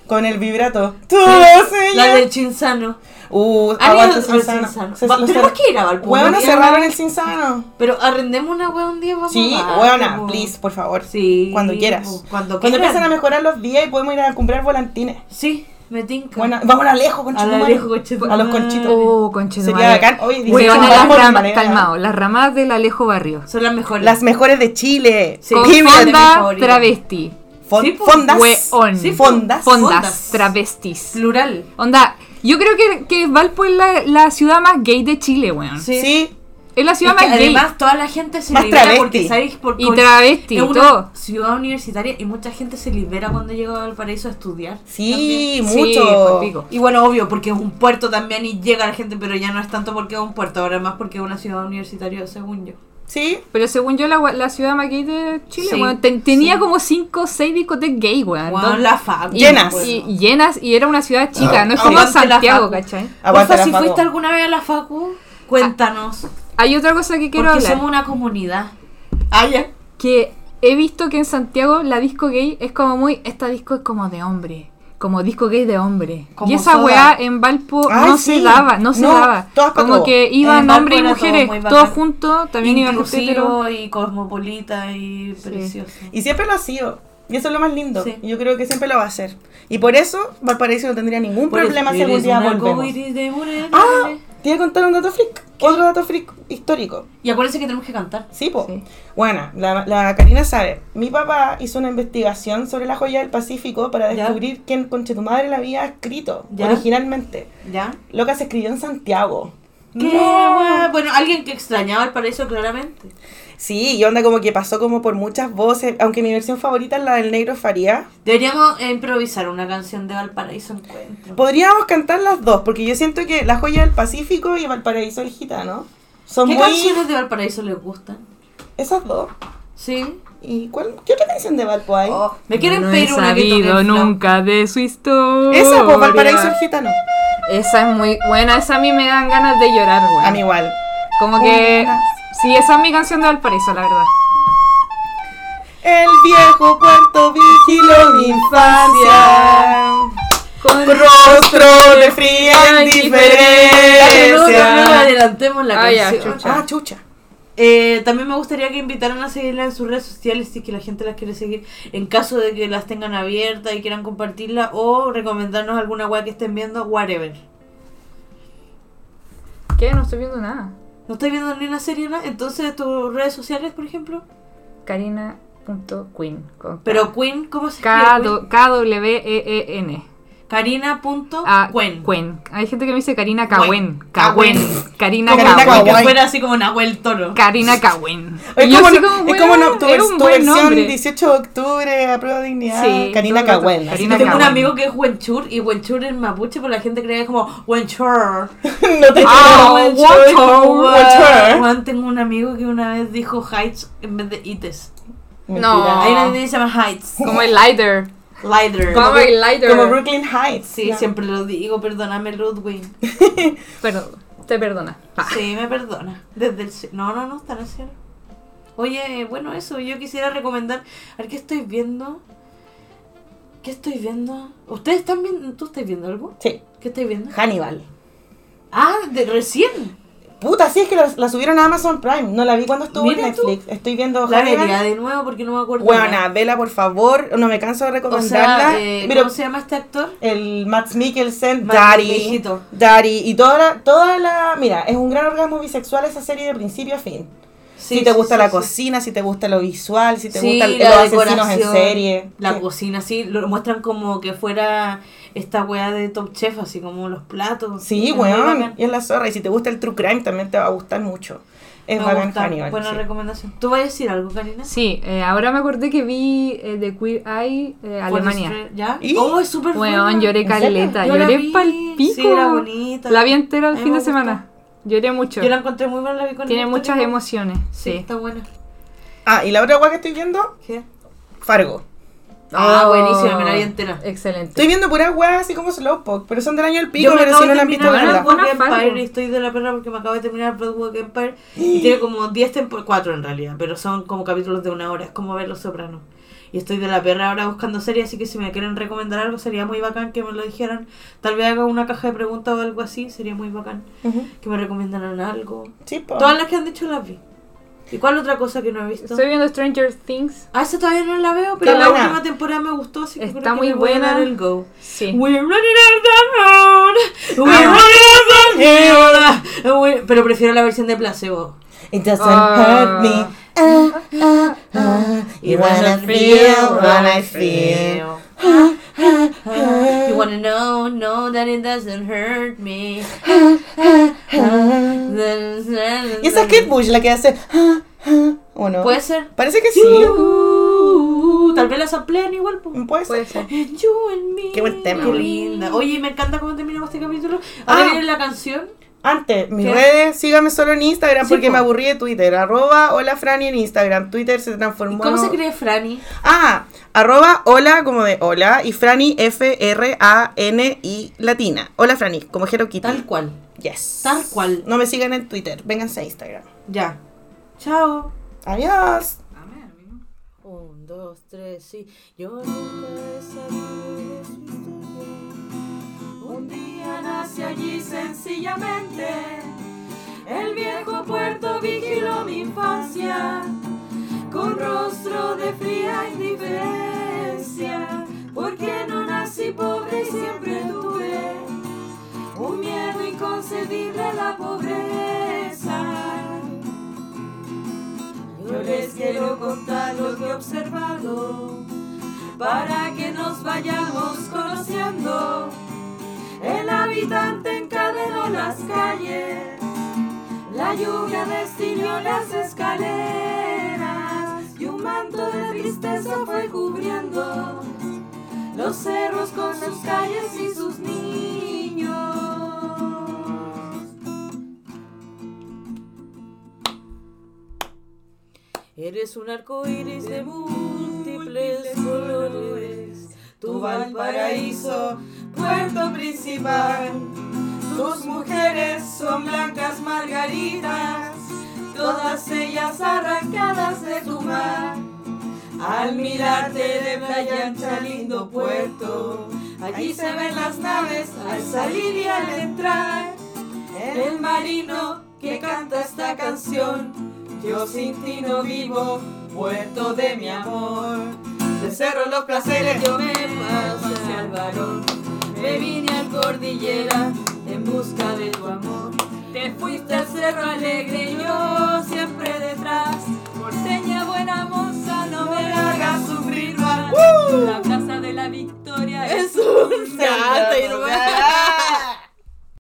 Con el vibrato. Tú,
La
señor.
del Chinsano.
Uh,
Ah,
aguanta
no,
el
el
Cinzano.
Cinzano.
Se-
Va-
lo
tenemos
cer-
que ir a Valpo,
Huevona,
¿no?
cerraron el Cinzano.
Pero arrendemos una wea un día, vamos
Sí,
a-
huevona,
como-
please, por favor.
Sí.
Cuando quieras.
como Cuando,
Cuando
quieran.
empiezan a mejorar los días y podemos ir a comprar volantines.
Sí, me tinca.
Bueno, vamos a Alejo, con
a, la Alejo Conchetumare.
A los conchitos.
Oh, conchetumare.
Sería bacán. Oye, dice
Weón,
que
a
vamos
las
por
ramas-
Valera.
calmado, las ramas del Alejo Barrio.
Son las mejores.
Las mejores de Chile.
Sí.
Con
Period. Mi
fonda
favorito.
travesti.
Fon-
Sí, pues, po.
fondas.
Weón.
Sí, po.
fondas.
Fondas,
Fondas.
travestis.
Plural.
Onda, yo creo que, que Valpo es la, la ciudad más gay de Chile, weón.
Sí.
Sí.
Es la
Es
ciudad
que
más gay.
además toda la gente se
Más
libera
travesti.
porque sabéis por
Y travesti,
es una
todo.
ciudad universitaria y mucha gente se libera cuando llega a Valparaíso a estudiar.
Sí,
Sí,
mucho.
pues, pico.
Y bueno, obvio, porque es un puerto también y llega la gente, pero ya no es tanto porque es un puerto, ahora es más porque es una ciudad universitaria, según yo.
sí.
Pero según yo, la, gua- la ciudad más gay de Chile,
Sí,
weón, ten- tenía
sí.
como 5 o 6 discotecas gay, weón.
Weón, la facu.
Y-
Llenas.
Y, y llenas, y era una ciudad chica, no es como
Aguante la
Santiago,
facu.
¿cachai?
Aguanta
Porfa,
la
si
Facu.
fuiste alguna vez a la facu, cuéntanos.
Hay otra cosa que quiero
porque
hablar.
somos una comunidad. Ah, ya.
que he visto que en Santiago la disco gay es como muy. Esta disco es como de hombre. Como disco gay de hombre.
Como
y esa
soda.
weá en Valpo
Ay,
no
sí.
se daba, no se
No,
daba.
todas pa'
Como
todo.
que
En
iban
Valpo
hombres y
era todo
mujeres,
muy
todos
bacán.
juntos, también iban los heteros.
Inclusivo y cosmopolita y precioso.
Y siempre lo ha sido. Y eso es lo más lindo.
Sí.
Y Yo creo que siempre lo va a hacer. Y por eso Valparaíso no tendría ningún
Por
problema
eso,
si algún
eres
día
una
volvemos.
arcoíris de mujeres.
Ah, te voy a contar un dato freak. Otro dato fric- histórico.
Y acuérdense que tenemos que cantar.
Sí, po.
Sí.
Bueno, la, la Karina sabe. Mi papá hizo una investigación sobre la joya del Pacífico para
Ya.
descubrir quién conche tu madre la había escrito
Ya.
originalmente.
¿Ya?
Loca se escribió en Santiago.
¿Qué? wea? Bueno, alguien que extrañaba el paraíso claramente.
Sí, y onda como que pasó como por muchas voces, aunque mi versión favorita es la del Negro Faría.
Deberíamos eh, improvisar una canción de Valparaíso
Pues
Encuentro.
Podríamos cantar las dos, porque yo siento que La Joya del Pacífico y Valparaíso el Gitano son
¿Qué
muy...
canciones de Valparaíso les gustan?
Esas dos.
¿Sí?
¿Y cuál? ¿Qué otra canción de Valpo hay?
Oh, ¿Me quieren
no
pedir
he
una que toque
sabido
el flauta?
nunca de su historia.
Esa,
Uh,
pues Valparaíso el Gitano.
Esa es muy buena, esa a mí me dan ganas de llorar, güey.
A mí igual.
Como que.
Buenas.
Sí, esa es mi canción de Valparaíso, la verdad.
El viejo puerto vigiló mi infancia.
Con-
Rostro de
Ay,
fría
Ay, no, no, no,
indiferencia.
adelantemos la
Ah, ya,
canción.
chucha.
Ah, chucha.
Eh, también me gustaría que invitaran a seguirla en sus redes sociales si es que la gente las quiere seguir en caso de que las tengan abiertas y quieran compartirla o recomendarnos alguna web que estén viendo, whatever.
¿Qué? No estoy viendo nada.
¿No estoy viendo ni una serie? ¿no? Entonces tus redes sociales, por ejemplo.
Karina.queen. con K.
Pero Queen, ¿cómo se
K-
escribe?
do- K-W-E-E-N. Ah,
Karina.Cuen.
Cuen. Hay gente que me dice Karina
Cuen.
Cawen. Cawen. Karina
Karina
Cawen.
Que
Guay.
fuera así como Nahuel Toro.
Karina Cawen.
Es
Y yo
como,
así
no- es
"Weón,
como no, tu,
es un
tu
buen
versión
nombre".
18 de octubre a prueba de dignidad.
Sí, todo el
Karina
rato.
Cahuena.
Karina
Yo tengo un
Nahuel.
amigo que es Wenchur y Wenchur es mapuche, pero la gente cree que es como Wenchur.
no te
Ah,
Como el
Wenchur,
show,
Wenchur.
Juan, tengo un amigo que una vez dijo Heights en vez de Ites.
No.
Hay una niña que se llama Heights.
Como el lighter.
Lighter.
Como
Bru-
el lighter.
Como Brooklyn Heights.
Sí,
Ya.
siempre lo digo, perdóname Ludwig.
Perdón. Te perdona. Ah.
Sí, me perdona. Desde el cielo. No, no, no, está en el cielo. Oye, bueno, eso, yo quisiera recomendar. A ver, ¿qué estoy viendo? ¿Qué estoy viendo? ¿Ustedes están viendo? ¿Tú estás viendo algo?
Sí.
¿Qué estás viendo?
Hannibal.
Ah, de recién.
Puta, sí, es que la, la subieron a Amazon Prime. No la vi cuando estuvo en
Mira tú.
Netflix. Estoy viendo
La
Hannibal.
vería de nuevo porque no me acuerdo.
Buena,
nada.
vela, por favor. No me canso de
O
recomendarla.
sea, eh,
Mira,
¿cómo se llama este actor?
el Max Mikkelsen,
Mads
Daddy,
Mikkelsen.
Daddy y toda la, toda la... Mira, es un gran orgasmo bisexual esa serie de principio a fin. si te gusta la
cocina
cocina, si te gusta lo visual, si te
Sí,
gustan
la
los asesinos en
decoración,
serie.
La
Sí.
cocina, sí, lo muestran como que fuera esta weá de Top Chef, así como los platos.
Sí,
es muy
weón.
bacán.
Y es la zorra. Y si te gusta el true crime también te va a gustar mucho. Es
Me
bacán
gusta,
Hannibal.
Buena
sí.
recomendación. ¿Tú vas a decir algo, Karina?
Sí, eh, ahora me acordé que vi eh, The Queer Eye eh, Alemania.
Forrest Gump, ¿Ya?
¿Y?
Oh, es súper
Weón,
buena.
lloré
¿En serio?
caleta.
Yo la
Lloré
vi,
pal
sí, era
pico.
bonita.
La vi entera el
A mí
fin
me
de semana. Lloré mucho.
Yo la encontré muy buena, la vi con
Tiene
el
muchas
Antonio.
emociones.
Sí,
Sí.
está buena.
Ah, y la otra guay que estoy viendo,
¿Qué?
Fargo.
Ah,
Oh,
buenísima, me la vi entera.
Excelente.
Estoy viendo puras guay así como Slowpoke, pero son del año del pico,
Yo me
pero
acabo
si no
de
la han visto,
terminar
verla.
véanla.
Broadwalk
Buena Fargo.
Empire y estoy de la perra porque me acabo de terminar Broadwalk Empire y tiene como 10 temporadas, 4 en realidad, pero son como capítulos de una hora, es como ver Los Sopranos. Y estoy de la perra ahora buscando series, así que si me quieren recomendar algo sería muy bacán que me lo dijeran. Tal vez haga una caja de preguntas o algo así, sería muy bacán
Ujú.
que me recomendaran algo.
Sí, po.
Todas las que han dicho las vi. ¿Y cuál otra cosa que no he visto?
Estoy viendo Stranger Things.
Ah, esa todavía no la veo, pero
Está
la
buena.
última temporada me gustó, así que
Está
creo que
muy
le voy a
buena.
dar el go.
Sí.
We're running out the road. We're
Ah.
running out the hill. We- Pero prefiero la versión de placebo.
It doesn't
Ah.
hurt me. Ah, ah, ah. You wanna feel what I feel.
You wanna know, know that it doesn't hurt me.
Y esa es Kate Bush la que hace. ah, ah, ¿O no?
Puede ser.
Parece que sí.
You. Uh, Tal vez la samplean igual. po.
Puede ser.
Puede ser.
And you and me.
Qué buen tema,
Qué
weón.
linda. Oye, me encanta cómo terminamos este capítulo.
Ah.
Ahora viene la canción.
Antes, mis
¿Qué?
redes, síganme solo en Instagram
Sí,
porque
po.
me aburrí de Twitter. Arroba hola Franny en Instagram. Twitter se
¿Y
transformó.
cómo
en-
se cree Franny?
Ah, arroba hola como de hola y Franny F-R-A-N y latina. Hola Franny, como Hello Kitty.
Tal cual.
Yes.
Tal cual.
No me sigan en Twitter, vénganse a Instagram.
Ya. Chao.
Adiós.
Un, dos, tres, sí. Yo nunca he sabido de su historia. Un día nace allí sencillamente. El viejo puerto vigiló mi infancia. Con rostro de fría indiferencia. Porque no nací pobre y siempre tuve un miedo inconcebible a la pobreza. hablar. Yo les quiero contar lo que he observado para que nos vayamos conociendo. El habitante encadenó las calles, la lluvia destilló las escaleras y un manto de tristeza fue cubriendo los cerros con sus calles y sus niños. Eres un arco iris de múltiples colores, tu Valparaíso, puerto principal. Tus mujeres son blancas margaritas, todas ellas arrancadas de tu mar. Al mirarte de playa ancha, lindo puerto, allí se ven las naves al salir y al entrar. El marino que canta esta canción, yo sin ti no vivo, puerto de mi amor. De cerro los placeres yo me pasé al varón, me vine al cordillera